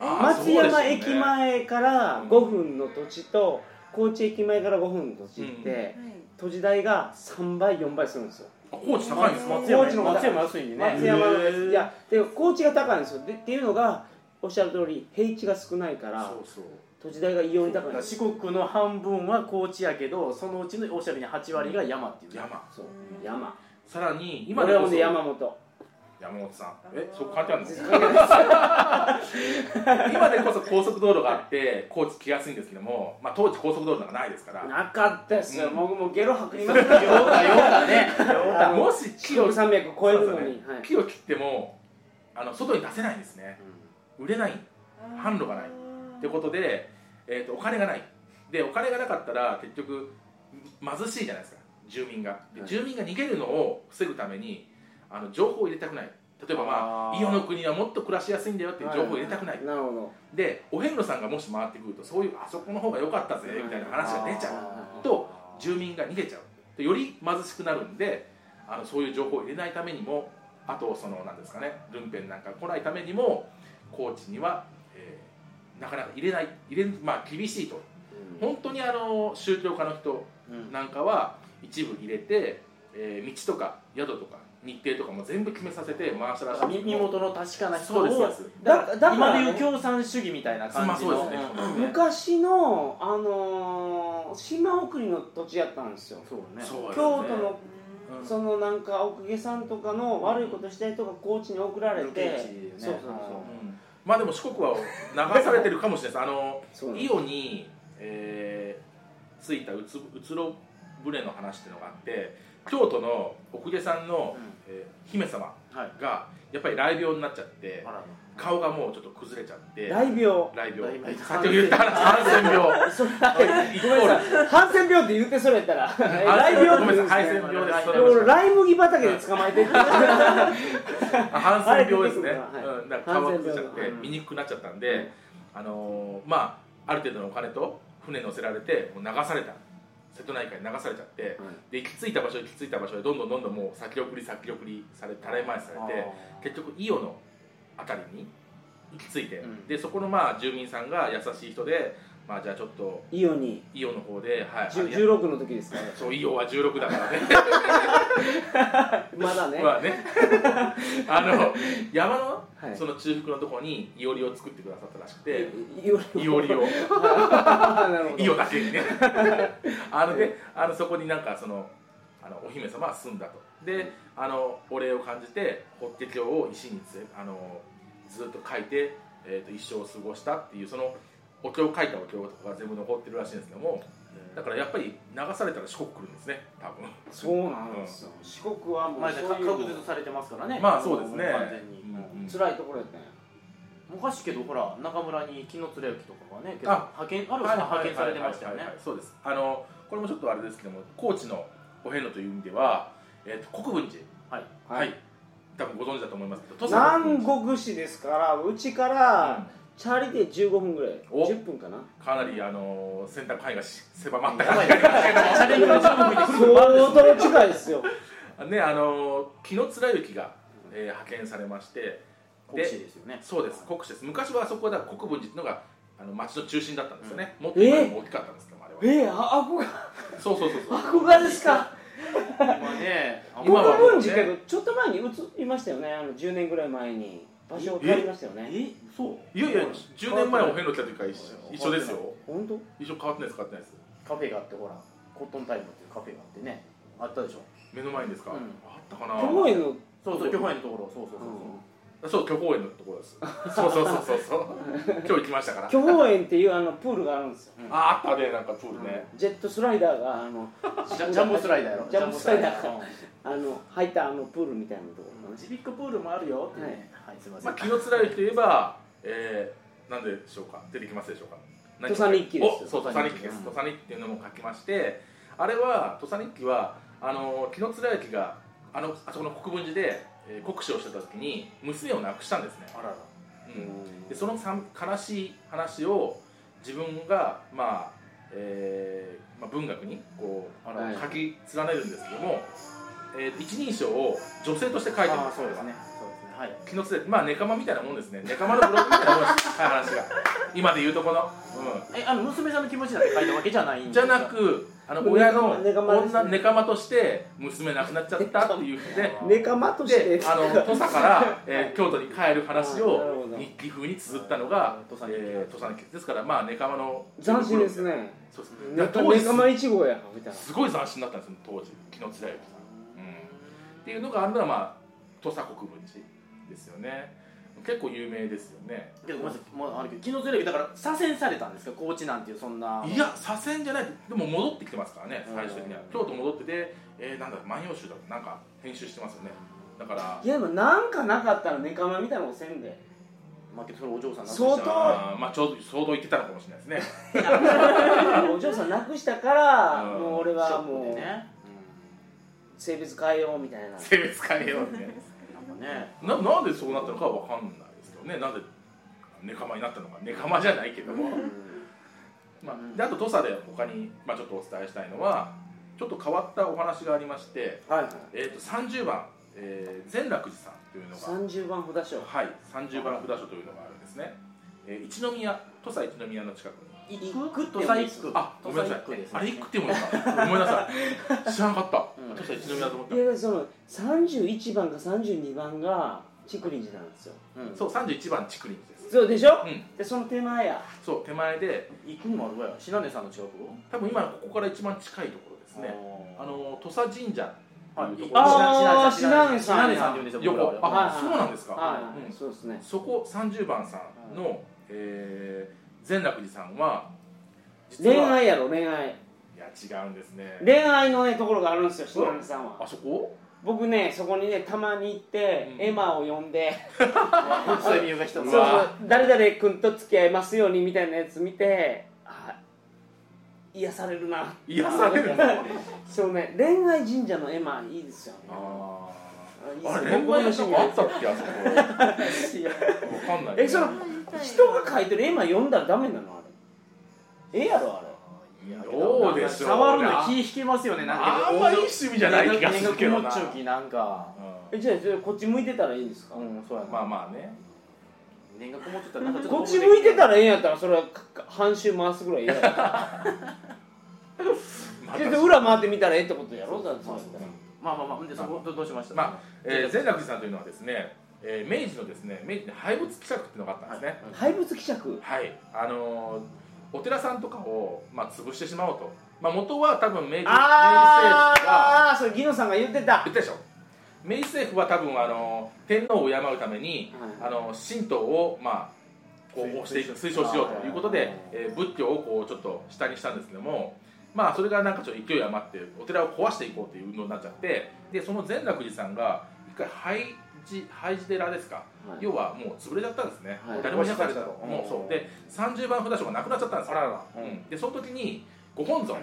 S3: あー
S1: 松山駅
S3: そうですよね
S1: 前から5分の土地と高知駅前から5分の土地って
S4: はい
S1: 土地代が3倍4倍するんですよ
S3: あ高知高いんです
S2: 松山
S3: 松山
S1: 高知の方
S2: 松山安いんでね
S1: 松山のや
S2: へ
S1: つ
S2: ー
S1: いやでも高知が高いんですよでっていうのがおっしゃる通り平地が少ないから
S3: そうそう
S1: 土地代が異様に
S2: だ
S1: 高いん
S2: か
S1: で
S2: ら
S1: す
S2: 四国の半分は高知やけどそのうちのおしゃれに8割が山っていうね
S3: 山
S1: そう山
S3: さらに
S1: 今
S3: 今
S1: で
S3: でこ
S1: も
S3: そ
S1: ね山 本
S3: 山本さんえそこ書いてあるんですか今でこそ高速道路があって高知来やすいんですけども、まあ、当時高速道路なんかないですから
S1: なかったですよ
S3: うん
S1: 僕もゲロ吐きました
S2: ようだようだね
S1: あの
S3: もし木
S1: 白
S3: を
S1: 黒山脈超えるのに
S3: そうですね木を切ってもあの外に出せないんですね売れない販路がない
S4: あー
S3: ってことで、えー、とお金がないでお金がなかったら結局貧しいじゃないですか住民がで
S1: はい
S3: 住民が逃げるのを防ぐためにあの情報を入れたくない例えばまあ
S2: あー
S3: 伊予の国はもっと暮らしやすいんだよっていう情報を入れたくない、
S1: なるほど
S3: でお遍路さんがもし回ってくるとそういうあそこの方が良かったぜみたいな話が出ちゃうと住民が逃げちゃうでより貧しくなるんであのそういう情報を入れないためにもあとそのなんですかねルンペンなんか来ないためにも高知には、えーなかなか入れない入れまあ厳しいと本当にあの宗教家の人
S1: うん
S3: なんかは一部入れて、えー道とか宿とか日程とかも全部決めさせて回したらしいんです
S2: 耳
S3: よ
S2: 元の確かな人
S3: そうですそう
S2: を
S3: です
S1: だ
S2: だ
S1: だか
S2: 今
S1: ら
S2: で
S1: ね
S2: いう共産主義みたいな
S3: まあ
S2: 感じ
S3: そうです
S2: の
S3: ね
S2: うん
S3: ね
S1: 昔のあのー島送りの土地やったんですよ
S2: そうね
S3: そうですね
S1: 京都の
S3: うん
S1: そのなんか奥下さんとかの悪いことした人が高知に送られ
S2: ロケ地
S1: て
S2: ね
S1: そうそう
S3: うんまあでも四国は流されてるかもしれないですあの
S1: そうそう
S3: 伊予に、えー着いたうつうつろ船の話っていうのがあって京都の奥下さんの、
S2: うん
S3: えー姫様
S2: はい
S3: がやっぱり雷病になっちゃって
S2: あら
S3: 顔がもうちょっと崩れちゃって
S1: 大病
S3: 雷
S2: 雷
S3: 病
S2: 病
S3: さっき言った話感染病
S1: それごめん なさいハンセン病って言ってそれやったら 大病って
S3: ごめ
S1: 言うんで
S3: んなさい
S1: す
S3: ハ
S1: ね
S3: ンセン病
S2: ごめんな
S3: ですそれ
S2: さい
S1: 俺ライ麦畑で捕まえてって
S3: あハンセン病ですね、
S1: あれ出てくるからはい
S3: うん、だから顔が崩れちゃっ
S1: ハン
S3: て
S1: セン
S2: 病
S3: 見にくくなっちゃったんで、あのーまあある程度のお金と船乗せられてもう流された瀬戸内海に流されちゃって、で行き着いた場所行き着いた場所でどんどんどんどんもう先送り先送りされたらい回しされて結局伊予の辺りに行き着いて、
S2: うん
S3: でそこのまあ住民さんが優しい人で、まあ、じゃあちょっと
S1: イオに
S3: 伊予の方で、はい、
S1: じゅ
S3: あの
S1: 16の時ですかね
S3: そう伊予は16だからね
S1: まだね、
S3: まあねあの山の
S1: はい
S3: その中腹のとこにいおりを作ってくださったらしくて、
S1: イオ
S3: いおりを
S1: なるほど
S3: 伊予だけにねあのであのそこになんかそのあのお姫様は住んだとであのお礼を感じて法華経を石につあのずっと書いて、えー、と一生を過ごしたっていうそのお経を書いたお経とかが全部残ってるらしいんですけどもだからやっぱり流されたら四国来るんですね多分
S1: そうなんですよ四国はも
S2: ま
S1: う
S2: あ
S1: そういう
S2: 確実されてますからね
S3: まあそうですね
S2: 完全に
S3: うん
S1: 辛いところやったんや
S2: おかしいけどほら中村に木の連れ行きとかがね結構
S3: あ
S2: 派遣あるは派遣されてましたよ
S3: はいはい
S2: ね
S3: はいそうですあのこれもちょっとあれですけども高知のお遍路という意味では、えー、と国分寺
S2: はい
S3: はい、多分ご存知だと思いますけど土佐の国
S1: 南
S3: 分寺
S1: 国市ですからうちからチャリで15分ぐらい
S3: お
S1: 10分かな
S3: かなりあの選択範囲がし狭まった
S2: や
S3: 感
S2: ば
S3: じ
S2: いねチャレンジの勝負に来る番です
S1: 相当近いですよ
S3: ねあの紀野貫之が、えー派遣されまして
S2: 国士ですよね
S3: そうです国士です昔はあそこだ国分寺っていうのがあの町の中心だったんですよね、もっと
S1: え
S3: 今よりも大きかったんですけどもあれは、
S1: えああこが
S3: そうそうそうそう
S1: あこがです か
S2: まあねあん
S1: 国
S3: 今
S2: ま
S3: は
S1: 分寺けどちょっと前に移りましたよねあの10年ぐらい前に場所を変わりましたよね
S2: えそう
S3: いやいや10年前お遍路来た時から一緒一緒ですよ
S1: 本当
S3: 一緒変わってないです変わってないです
S2: カフェがあってほらコットンタイムっていうカフェがあってねあったでしょ
S3: 目の前にですか、
S2: うん
S3: あったかな
S1: この絵の
S2: そうそう巨峰園のところそうそうそう
S3: そう巨峰園のところですそうそうそうそうそう今日行きましたから
S1: 巨峰園っていうあのプールがあるんですよ
S3: ああったねなんかプールね、
S1: ジェットスライダーがあの
S2: そうジャジャンボスライダーやろ
S1: ジャンボスライダー
S2: ジャンボスラ
S1: あ
S2: イ
S1: の入ったあのプールみたいなところ
S2: う
S1: か
S2: ん
S1: な
S2: ちびっこプールもあるよってねはいすいませ
S3: まあ、
S2: ん
S3: 気のつらいといえば、えー、なんでしょうか、出てきますでしょうか。
S1: 土佐日記です
S3: おそう、土佐日記です。
S2: うん
S3: 土佐日記っていうのも書きまして、あれは、土佐日記は、あの、気のつらいきが、あの、あそこの国分寺で、えー、国司をしてた時に、娘を亡くしたんですね。
S2: あらら
S3: うんで、そのさん悲しい話を、自分が、まあ、えーまあ、文学にこうあの、
S1: はい
S3: 書き連ねるんですけども、えー一人称を女性として書いてるん
S2: あ
S3: で
S2: ー
S3: す
S2: そうですねそうですねはい
S3: 気のせいまあネカマみたいなもんですねネカマのブログみたいなもんですはい話が 今で言うとこの、
S2: えあの娘さんの気持ちなんて書いたわけじゃないん
S3: う
S2: です
S3: ん、じゃ
S2: か
S3: なくあの親の
S1: ネカマですね
S3: 女ネカマとして娘亡くなっちゃったっていうふうで
S1: ネカマとして
S3: であの土 佐から、えー京都に帰る話
S1: あーなる
S3: を
S1: ほど
S3: 日記風に綴ったのが
S2: 土佐日記
S3: えー土佐の記ですからまあネカマの
S1: 斬新ですね
S3: そうです
S1: ネ
S3: だ
S1: カ
S3: から当時
S1: ネカマ1号やみたいな
S3: すごい斬新だったんですよ当時紀野貫之さん、うん、っていうのがあるのはまあ土佐国分寺ですよね結構有名ですよね
S2: けどごめんなさいもうあれ昨日ずれだから左遷されたんですか高知なんていうそんない
S3: や左遷じゃないでも戻ってきてますからね最終的には
S2: うん
S3: 京都戻ってて、えー、なんだ「万葉集」だとなんか編集してますよねだか ら
S1: いやでもなんかなかったらネカマみたいなのをせんで
S2: まあけどそれお嬢さんなく
S1: 相当
S3: あーまあちょうど相当言ってたのかもしれな いですね
S1: お嬢さん亡くしたから
S3: うん
S1: もう俺
S2: ショ
S1: は
S2: ックで
S1: もう
S2: ね
S1: 性別変えようみたいな
S3: 性別変えようみたいな
S2: うんなんかね
S3: ななんでそうなったのかは分かんないですけどねなんでネカマになったのかネカマじゃないけども、まあ、であと土佐で他に、まあ、ちょっとお伝えしたいのはちょっと変わったお話がありまして、
S2: はいはい
S3: えー、と30番、えー善楽寺さんというのが、
S1: 30番札所
S3: はい、30番札所というのがあるんですね、えー一宮土佐一宮の近くに
S1: 行くって
S2: 土佐一区
S3: あごめんなさい
S2: 土佐一区ですね
S3: あれ行くってものかごめんなさ い知らなかった、
S2: うん
S3: 土佐一宮だと思った
S1: いやその31番か32番が竹林寺なんですよ
S2: うん
S3: そう31番竹林寺です
S1: そうでしょ
S3: うん
S1: でその手前や
S3: そう手前で
S2: 行くのもあるわよ信根さんの近く
S3: 多分今ここから一番近いところですねあの土佐神社
S2: はい
S3: というところ
S1: あー
S2: 信根さ
S1: 信
S2: ん
S1: 根さんや
S2: 信根さんって言うんですよ
S3: 横
S2: 僕らは
S1: はい
S3: あ
S1: はい
S3: そうなんですか、
S1: は
S3: う
S1: い
S3: ん
S1: そうですね
S3: そこ30番さんの、えー善楽寺さんは実は
S1: 恋愛やろ恋愛
S3: いや違うんですね
S1: 恋愛のねところがあるんですよ信濃さんは
S3: あそこ
S1: 僕ねそこにねたまに行って、
S3: うん
S1: エマを呼んで
S2: あそういう理由が一つ
S1: そう
S3: わ
S1: そう誰々君と付き合いますようにみたいなやつ見てあ癒されるな
S3: 癒されるな
S1: そうね恋愛神社のエマいいですよね
S3: あ
S1: いいっ
S3: ーあ
S1: す
S3: れ
S1: よ
S3: 連
S1: 僕の
S3: 敗の
S1: 趣
S3: 人
S1: 味
S3: もあ
S1: なん
S3: っ
S1: です
S3: た
S1: よ
S3: っけあそこわかんないね
S1: えその人が書いてる絵馬読んだらダメなのあれええやろあれ
S3: どうでしょう
S2: 触るの気引きますよねなんか
S3: あんまいい趣味じゃない気がするけど
S2: 根がこも
S3: な
S2: っちゅう気なんか
S3: う
S1: えじゃあじゃあこっち向いてたらいいんですか、
S2: うんそうや
S3: ん
S2: な
S3: まあまあね
S2: 念がこもっちゃったらなんかちょっと
S1: こっち向いてた
S2: ら
S1: らええんやったらそれはかか半周回すぐらいええ や
S3: ま
S1: ろ
S3: あ
S1: でで裏回ってみたらええってことやろだって
S2: そう
S1: そ
S2: で
S1: う
S2: す
S1: やっ
S2: ね
S1: たら
S2: まあまあまあほんでそこどどうしました
S3: まえー善楽寺さんというのはですね、えー明治のですね明治の廃仏希釈っていうのがあったんですね
S1: 廃物希釈
S3: はい、あのーお寺さんとかを、まあ、潰してしまおうと、まあ、元は多分明治明治政府が
S1: あーあーそれギノさんが言ってた
S3: 言ったでしょ明治政府は多分、あのー天皇を敬うために、
S1: はい
S3: あのー神道を、まあ、こう推
S2: 推
S3: していく推
S2: 推
S3: 奨
S2: 奨
S3: しようということ
S2: はい
S3: で、えー仏教をこうちょっと下にしたんですけども、まあ、それがなんかちょっと勢い余ってお寺を壊していこうという運動になっちゃってでその善楽寺さんが一回廃寺廃寺寺ですか
S1: はい
S3: 要はもう潰れちゃったんですね、
S1: はい
S3: 誰もいなかっ
S2: 壊
S3: た
S2: しちゃったと
S3: もう
S2: う
S3: そ
S2: ん
S3: うで30番札所がなくなっちゃったんですよ
S2: あらら
S3: うんでその時にご本尊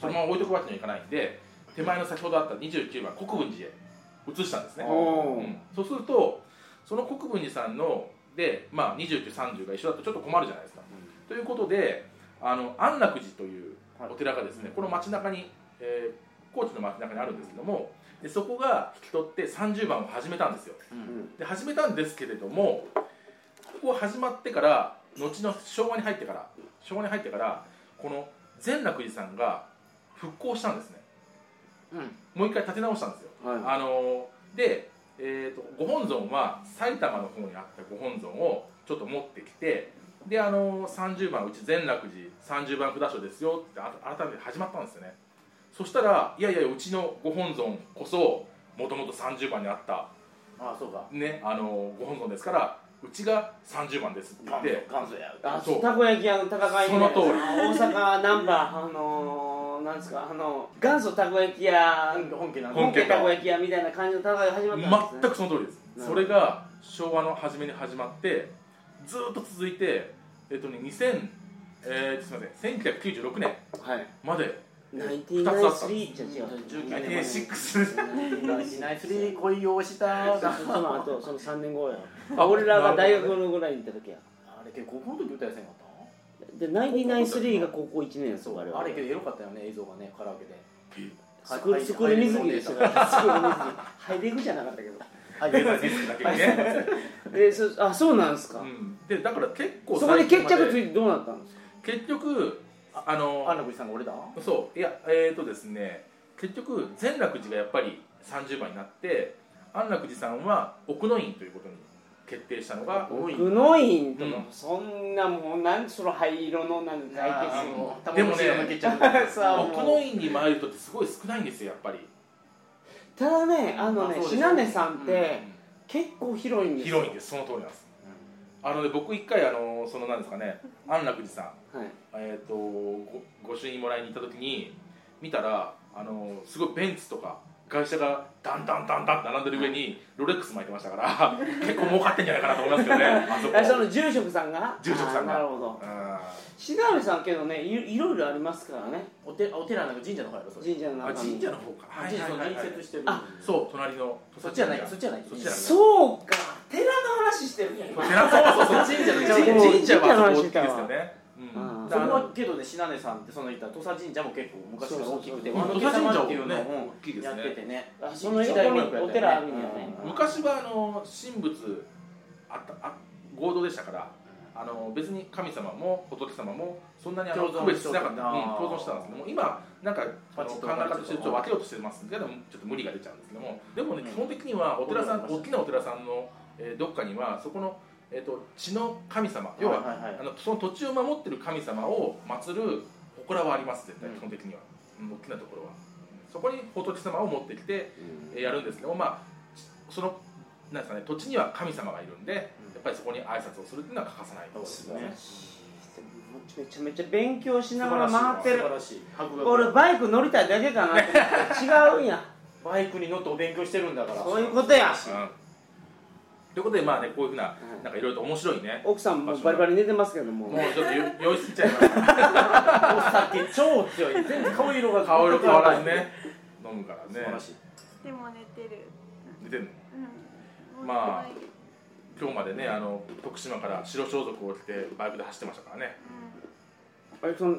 S3: そのまま置いとくわけにはいかないんで手前の先ほどあった29番国分寺へ移したんですね、
S1: お
S3: う
S1: ー
S3: んそうするとその国分寺さんので、まあ、2930が一緒だとちょっと困るじゃないですか、ということであの安楽寺というお寺がですね、
S2: はい
S3: この街中に、えー高知の街中にあるんですけどもでそこが引き取って30番を始めたんですよ
S2: うん
S3: で始めたんですけれどもここ始まってから後の昭和に入ってから昭和に入ってからこの善楽寺さんが復興したんですね、もう一回立て直したんですよ、
S1: はい
S3: あのーで、えー、とご本尊は埼玉の方にあったご本尊をちょっと持ってきてで、あのー30番うち善楽寺30番札所ですよってあと改めて始まったんですよねそしたらいやいやうちのご本尊こそもともと30番にあった
S2: ああそうか
S3: ね、あのご本尊ですからうちが30番ですって言って
S2: 元祖や
S1: あ
S3: そう
S1: たこ焼き屋の戦い
S3: その通り
S1: 大阪ナンバーあのー、なんですかあの元祖たこ焼き屋
S2: 本家なんだ
S3: 本
S1: 本
S3: 家
S1: 家
S3: か
S1: たこ焼き屋みたいな感じの戦いが始まったんです、ね、
S3: 全くその通りです
S1: なるほ
S3: そ
S1: ど
S3: れが昭和の初めに始まってずーっと続いてえっとね2000、えーすみません1996年
S1: はい
S3: まで
S1: 1993じゃ違う
S2: 19
S3: ナインティナインシックス
S2: しないすり恋をした
S1: そ
S2: あ
S1: のあとその3年後や
S3: あ
S1: 俺らが大学のぐらいに行った時や
S2: れけど高校の時歌えせんかっ
S1: で993が高校1年やそうあれ
S2: たあれけどエロかったよね映像がねカラオケで
S1: スクールスクール水着でしたからスクール水着ハイデグじゃなかったけど
S2: はい
S3: デザディスクだ けにね、
S1: えそあそうなんですか、
S3: うん、でだから結構
S1: そこで
S3: 最
S1: 決
S3: 近ま
S1: 着ついてどうなったんですか
S3: 結局ああの
S2: 安楽寺さんが俺だ
S3: そういやえっ、とですね結局善楽寺がやっぱり30番になって安楽寺さんは奥の院ということに決定したのが
S2: 多い
S1: グノインとか、
S3: うん
S1: そんなもうなんその灰色のなんか対決も
S3: あでもね
S2: 抜けちゃう
S1: さあもう
S3: 奥の院に参る人ってすごい少ないんですよやっぱり
S1: ただねあの
S2: まあ
S1: ね
S2: そうでしょ
S1: 信濃さんって結構広いんですよ
S3: 広いんですその通りなんですあのね僕一回あのそのなんですかね安楽寺さん
S1: はい
S3: えっ、とごご朱印もらいに行った時に見たらあのすごいベンツとか会社がダンダンダンダンって並んでる上にロレックス巻いてましたから結構儲かってんじゃないかなと思いますけどねあ そこ
S1: あその住職さんが
S3: 住職さんが
S1: あーなるほど
S3: う
S1: しなべさんけどねいいろいろありますからね
S2: おてお寺なんか神社の方やろそれ
S1: 神社の
S3: んあ
S1: 中に
S3: 神社の方かはい
S2: 神社
S3: は
S2: そ
S3: い
S2: の
S3: はい
S2: 隣
S3: はい
S2: 接してる
S1: あ
S3: そう隣の
S2: そっちじゃないそっちじゃない
S3: そっちじゃない
S1: そうか寺の話してるやん
S3: そうそうそう
S2: 神社の
S3: 神
S1: もう
S3: 神社はそこ
S1: 神
S3: 大きい
S1: 社の話だわ
S3: ですよねうん
S1: うん
S2: そこはけどね、信濃さんってその言った土佐神社も結構昔から大きくて、
S1: そうそう
S3: そう
S2: あの土佐神社っていう
S3: 土佐神社も
S2: のを
S3: ね大きいです
S2: や
S3: ね
S2: っててね。
S1: あその横にお寺あるんやね
S2: うん
S3: 昔はあの神仏あったあ合同でしたからあの別に神様も仏様もそんなにあの
S2: 共存
S3: 区別しなか
S2: し
S3: った、うん
S2: てた
S3: 共存してたんですけども今なんかあの
S2: パチッと
S3: 考え方としてちょっと
S2: パ
S3: 分
S2: チ
S3: けようとしてますけどもちょっと無理が出ちゃうんですけどもでもね、
S2: うん
S3: 基本的にはお寺さん
S2: お寺さん
S3: 大きなお寺さんの、えーどっかにはそこの、えー、と血の神様要は,、
S2: はいはい
S3: あのその土地を守ってる神様を祀る祠はあります絶対
S2: うん
S3: 基本的には、うん大きなところはそこに仏様を持ってきてえーやるんですけども、まあ、そのなんですか、ね、土地には神様がいるんで、やっぱりそこに挨拶をするっていうのは欠かさないと
S2: そうです
S1: め
S2: ね。
S1: ちゃめちゃ勉強しながら回って
S2: 素
S1: る
S2: 晴らしい。博学
S1: 俺バイク乗りたいだけかなと思って違うんや
S2: バイクに乗ってお勉強してるんだから。
S1: そういうことや
S3: うんということで、まあね、こういうふうな、なんかいろいろと面白いね、
S1: 奥さんもバリバリ寝てますけども
S3: もうちょっとよ酔いすぎちゃいました、
S2: お酒超強い。全然顔色が
S3: 顔色変わらず
S2: ね。
S3: ね、飲むから
S2: 素晴ら
S3: ね、
S2: しい。
S4: でも寝てる。
S3: 寝てるの
S4: うん。
S3: まあ
S4: もう寝てない
S3: 今日までね、あの徳島から白装束を着て、バイクで走ってましたからね、
S1: あれその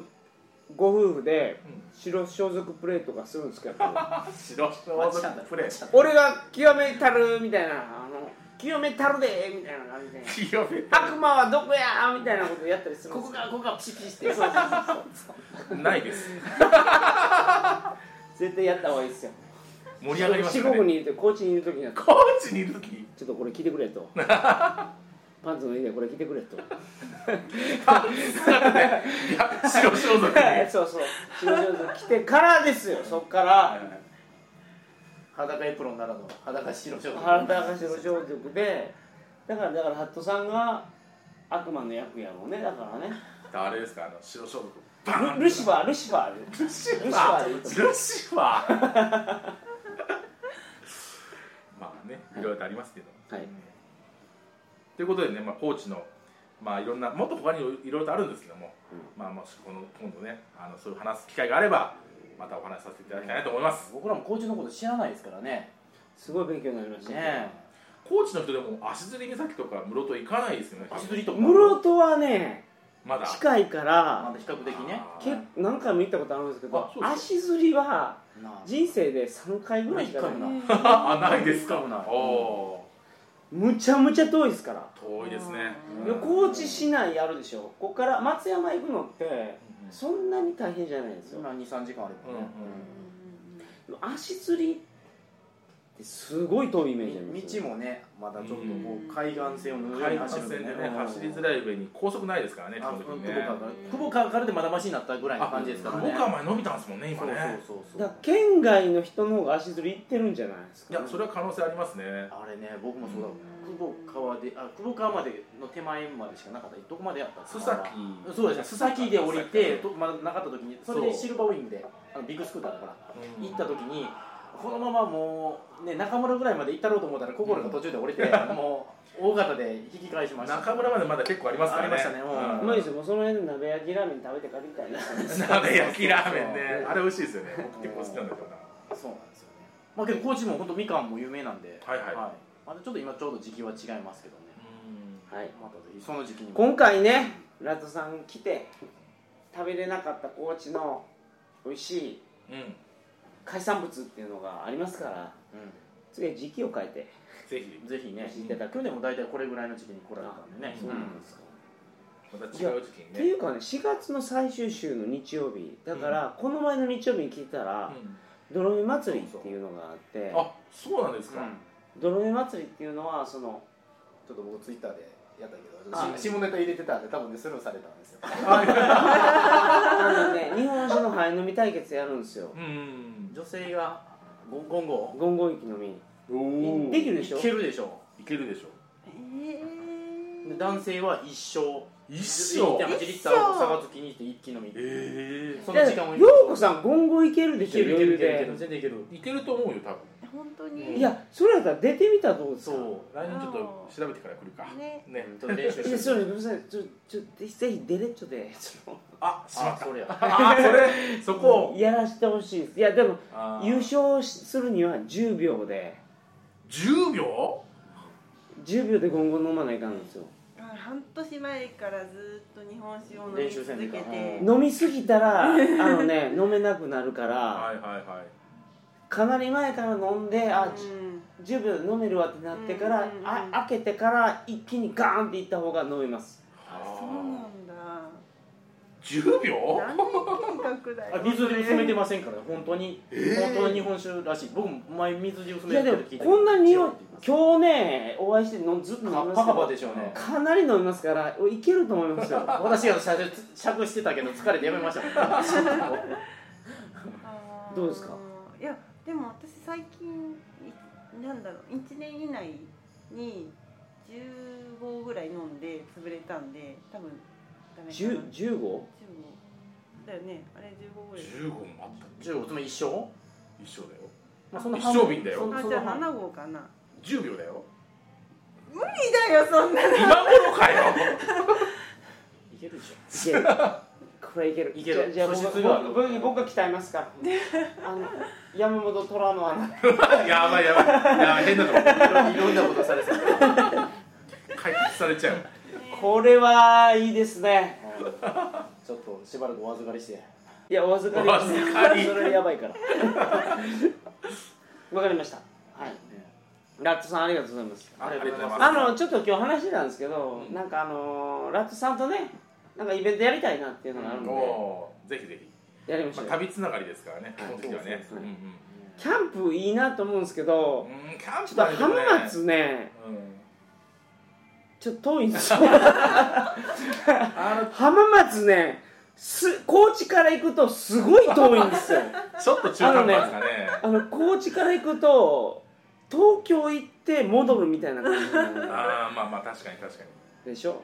S1: ご夫婦で
S3: う
S1: 白装束プレーとかするんですけど
S3: 白装束プレー、
S1: 俺が清めたるみたいなあの清めたるでみたいな感じで
S3: 清め
S1: 悪魔はどこやみたいなことやったりするんで
S2: ここ
S1: す
S2: がここがピシピシして
S1: よそうそうそうそう
S3: ないです、
S1: 絶対やった方がいいですよ
S3: 盛り上がりました
S1: 四国
S3: ね、
S1: にいると高知にいる時には
S3: 高知にいるとき、
S1: ちょっとこれ着てくれ とパンツのいいでこれ着てくれと
S3: いや白装束に。
S1: そうそう白装束着てからですよそっから
S2: 裸エプロンならの裸白装
S1: 原田が白装束でだからだからハットさんが悪魔の役やろうねだからね
S3: あれですか、あの白装束、バーン
S1: ルルシファールシファーで
S3: ルシフ
S1: ルシフ
S3: ァ
S1: ァ
S3: ー
S1: ー
S3: ルシファーまあねいろいろとありますけど、
S1: はい
S3: ということでね、まあ、高知のまあいろんなもっと他にいろいろとあるんですけども、まあまあこの今度ねあのそういう話す機会があればまたお話しさせていただきたいなと思います、
S2: 僕らも高知のこと知らないですからね。
S1: すごい勉強になりました
S2: ね
S3: 高知の人でも足摺岬とか室戸行かないですよね
S2: え。足取りとか。
S1: 室戸はね
S3: まだ
S1: 近いか
S2: ま
S1: ら
S2: だ比較的ね。
S1: け何回も行ったことあるんですけ
S3: あ
S1: ど
S3: そうです
S1: 足摺りは
S2: なあ
S1: 人生で3回ぐらいしかない
S2: 一回も
S4: うん。
S3: あないですか
S2: ない
S3: お
S1: むちゃむちゃ遠いですから
S3: ー遠いですね
S2: うん
S1: いや高知市内あるでしょここから松山行くのって
S3: うん
S1: そんなに大変じゃないですよ
S2: 今二三時間あればね。
S1: 足摺りってすごい遠いイメージありますよね
S2: 道もねまだちょっとこう海岸線をぬ
S3: 海岸線でね、
S2: うん
S3: 走りづらい上に高速ないですからね、基
S2: あの
S3: 本的
S2: 久保
S3: にね。
S2: 川から久保川からでまだマシになったぐらいの感じですからね
S3: 僕は前伸びたんですもんね、今
S2: そう
S3: ね。
S2: そうそうそ
S1: だ
S2: う
S1: から県外の人の方が足摺り行ってるんじゃないです
S3: い
S1: か
S3: や、それは可能性ありますね。
S2: あれね僕もそうだ久保川であ久保川までの手前までしかなかったどこまでやった
S3: 須崎
S2: そうですね須崎で降りて
S3: 須
S2: とまだなかった時にそれで
S3: そう
S2: シルバーウィングであのビッグスクーターだから
S3: うん
S2: 行った時にこのままもうね中村ぐらいまで行ったろうと思ったら心が途中で降りて もう大型で引き返しました
S3: 中村までまだ結構ありますからね。
S2: ありましたねうん
S1: うまいですよもうその辺で鍋焼きラーメン食べて帰りたいですよね
S3: うん鍋焼きラーメン
S2: そうそう
S3: ね。あれ美味しいですよね。僕結構好きなんだけどな。
S2: そうなんですよね。まあけど高知も本当みかんも有名なんで、
S3: はいはい
S2: まだちょっと今ちょうど時期は違いますけどね。
S1: はい
S2: またぜひその時期にも。
S1: 今回ねラトさん来て食べれなかった高知の美味しい
S3: うん。うん。
S1: 海産物っていうのがありますから次は時期を変えて
S3: ぜひ
S2: う、ん、ぜひね
S1: 教えていただく
S2: 去年も大体これぐらいの時期に来られたんでね。
S3: そうなん
S1: すか、
S3: また違う時期に
S1: ってい
S3: ね。
S1: うかね4月の最終週の日曜日だから、この前の日曜日に聞いたら、泥目祭りっていうのがあって
S3: うんあ、そうなんです
S2: う
S3: か。
S2: ん
S1: 泥目祭りっていうのはその
S2: ちょっと僕ツイッターでやったけ
S1: あ
S2: し下ネタ入れてたんで多分ねスルーされたんですよ。
S1: あの ね日本酒の早飲み対決やるんですよ
S3: うん。
S2: 女性がゴンゴンゴ
S1: ゴンゴン行き飲み
S3: お
S1: でき
S3: る。
S1: る
S2: ン
S1: でしょ
S2: いけるでしょ。
S3: いけるでしょ。
S4: えー
S2: で男性は一生
S3: 一生
S2: 1.8リッターを差がつきにして一気飲み
S3: ええ
S2: そ
S1: だ
S2: の
S1: か
S2: 時間を
S1: らようこさん今後いけるで
S2: い
S1: しょ
S2: けるいけるいけるいけ
S1: 余裕
S2: る
S1: で
S2: 全然いける
S3: いけると思うよ多分
S4: 本当
S2: うん
S4: に
S1: いやそれやったら出てみたらどうですか
S2: そう
S3: 来年ちょっと調べてから来るか
S4: ね
S3: ね
S2: ちょっと練習
S1: いや
S2: して
S1: それごめんなさいちょちょぜひデレッチョ でちょっ
S3: あしま
S2: あ
S3: った
S2: それや
S3: あそれそ
S1: と
S3: こ
S1: やらしてほしいですいやでも
S3: あー
S1: 優勝するには10秒で
S3: 10秒
S1: 10秒でゴンゴン飲まないかんんですよ
S4: あ半年前からずっと日本酒を飲み
S2: 練習
S4: 続
S2: せんで
S4: け
S2: いかん
S4: て
S1: 飲みすぎたらあの ね飲めなくなるから
S3: はいはいはい
S1: かなり前から飲んであ
S4: うん
S1: 10秒で飲めるわってなってから
S4: うんうんうん
S1: あ開けてから一気にガーンっていった方が飲めます
S4: そうなんだ
S3: 10秒
S4: 何年計画だ
S2: あ
S4: よ
S2: 水で薄めてませんから本当に本当の日本酒らしい僕も前水で薄
S1: い
S2: め
S1: や
S2: て
S1: で
S2: る
S1: も
S2: って聞いた
S1: こんなに
S2: 違う
S1: 今
S2: って言います
S1: 日ねお会いしてのずっと飲みますけ
S2: パカパ
S1: ど
S2: でしょうね
S1: かなり飲みますからいけると思いますよ
S2: 私が尺尺してたけど疲れてやめましたから
S4: あー
S1: どうですか
S4: いやでも私最近いなんだろう1年以内に15ぐらい飲んで潰れたんで多分ダメかな
S1: 10- 15?
S4: 15だよねあれ15ぐらい
S3: 15もあった
S2: 15つまり一生
S3: 一生だよ
S2: まあ
S3: 一生瓶だよ
S2: そんな
S4: あじゃあ7号かな
S3: 10秒だよ
S4: 無理だよそんな
S3: 今頃かよ
S2: いけるでしょ
S1: いけるこれいける
S2: いける
S1: じゃあ
S2: 素
S1: じゃあ
S2: 質
S1: 僕
S2: があ
S1: が
S2: る
S1: 僕僕僕が鍛えます からあの山本虎の穴
S3: やばいやばいやばい変なとこ
S2: いろいろんなことされてたから
S3: 解決されちゃう
S1: これはいいですね
S2: ちょっとしばらくお預かりして
S1: いやお預かり
S3: お預かり
S1: それやばいから わかりましたはいラットさんありがとうございます
S3: ありがとうございます
S1: あのちょっと今日話してたんですけど、なんかあのラットさんとねなんかイベントやりたいなっていうのがあるの
S3: おーぜひぜひ
S1: で、やりまし
S3: ま
S1: ょ
S3: あ
S1: う、
S3: 旅つながりですからね基本的にはね
S2: そうそうそう
S1: キャンプいいなと思うんですけ
S3: う
S1: ど
S3: んうんうんキャン
S1: ち
S3: プ
S1: ょっ
S3: だ
S1: と
S3: けどね
S1: 浜松ね
S3: うん
S1: ちょっと遠いんですよ
S3: あ
S1: 浜松ねす高知から行くとすごい遠いんですよ
S3: のちょっと中途半端ですかね
S1: あの高知から行くと東京行って戻るみたいな感じになるんで
S3: ああまあまあ確かに確かに
S1: でしょ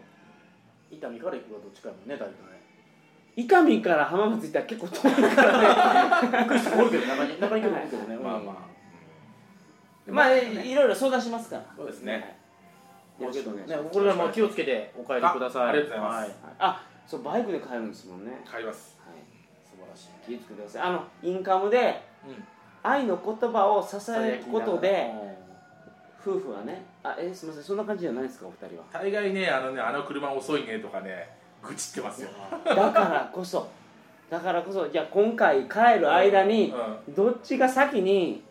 S2: 伊丹から行くかどっちかやもんねだいぶね
S1: 伊丹から浜松行ったら結構遠いからね
S2: 行く人おるけど中に中に行く人おるけどね
S3: まあま
S1: まあいいろいろ相談しますから
S2: そうです
S3: ね
S1: よろしくお願いします
S2: ねこれはもう気をつけてお帰りください
S3: あありがとうございます
S2: は
S1: あそうバイクで帰るんですもんね
S3: あ買います
S1: はい
S2: 素晴らしい
S1: 気をつけてくださいあのインカムで
S3: うん
S1: 愛の言葉を支えることで
S2: うん
S1: 夫婦はねあえすみませんそんな感じじゃないですかお二人 は
S3: 大概ねあのねあの車遅いねとかね愚痴ってますよ
S1: だからこそだからこそじゃあ今回帰る間に
S3: うん
S1: どっちが先に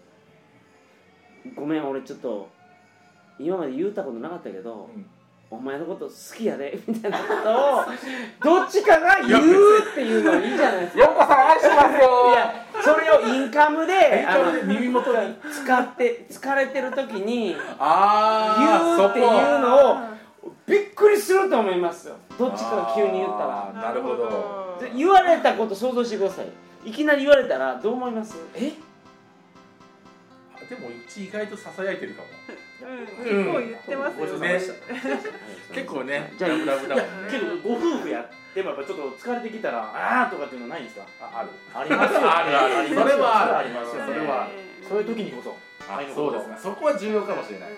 S1: 「ごめん俺ちょっと今まで言うたことなかったけど、
S3: うん
S1: お前のこと好きやで」 みたいなことをどっちかが言うっていうのいいじゃないですか。
S3: ようこさん愛してますよ
S1: いやそれをインカムであの
S3: 耳元に
S1: 使って疲れてる時に
S3: ああ
S1: 言うっていうのを
S4: あ
S1: びっくりすると思いますよどっちかが急に言ったら。
S4: ー
S3: なるほど
S1: で言われたこと想像してくださいいきなり言われたらどう思いますえ
S3: でもうち意外とささやいてるかも
S4: うん結構言ってます
S2: ごちそ
S4: よ
S2: うさま
S4: ね
S2: でした
S3: 結構ね
S1: じゃあ
S3: ラブラブだもんね
S2: けどご夫婦やってもやっぱちょっと疲れてきたらあーとかっていうのないんですか
S3: あある
S2: ありますよ
S3: あるある
S2: あり
S3: そ
S2: ますよ
S3: れはあ
S2: あ
S3: る
S2: りますよ
S3: それは
S2: そういう時にこそ
S3: あそうですねそこは重要かもしれない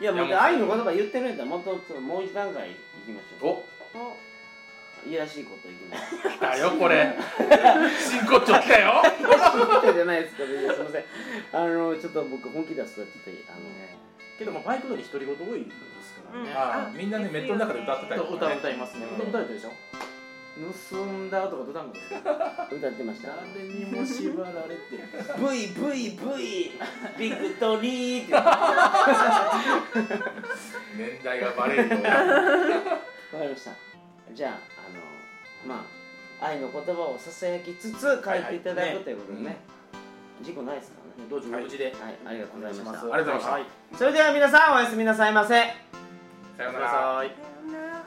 S1: いやもう
S3: いやもう
S1: 愛の言葉言ってるんだもっとちょっともう一段階いきましょ
S3: お
S1: ういやらしいこといきましょう
S3: 来たよこ れ真骨頂来たよ
S1: いやらしいことじゃないですけどいやすいませんあのちょっと僕本気出すとちょっとあのね
S2: けどまあバイク乗り独り言多いですからね、
S3: あーみんなねネットの中で歌ってたり
S2: 歌
S3: とか
S2: 歌
S3: ね
S2: 歌いますね、
S3: うん
S2: 歌歌えたでしょ盗んだとか歌うんだよ
S1: 歌ってました
S2: 誰にも縛られて
S1: 「VVV ビクトリー」ってわか
S3: 年代がバレるよ
S1: りましたじゃああのまあ愛の言葉をささやきつつ書いていただくということでね事故ないですからね
S2: 道場無事で、
S1: はいありがとうございました
S3: ありがとうございました
S2: はい
S1: それでは皆さんおやすみなさいませ
S3: さよ
S2: ごめ
S3: な
S2: んな
S3: ら
S2: さい
S4: さよなら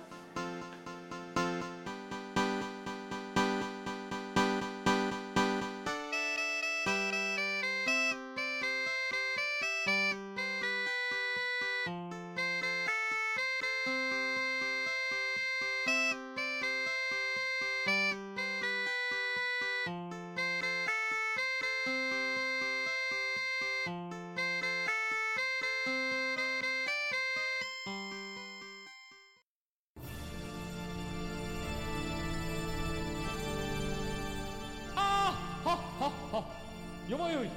S5: がよい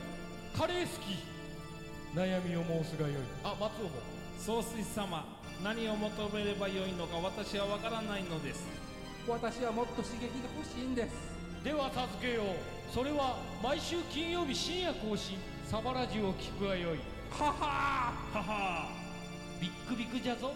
S5: カレー好き悩みを申すがよいあ松尾も
S6: 総帥様何を求めればよいのか私は分からないのです私はもっと刺激が欲しいんです
S5: では助けようそれは毎週金曜日深夜更新サバラジュを聞くがよい
S6: ははーはは
S5: ビックビックじゃぞ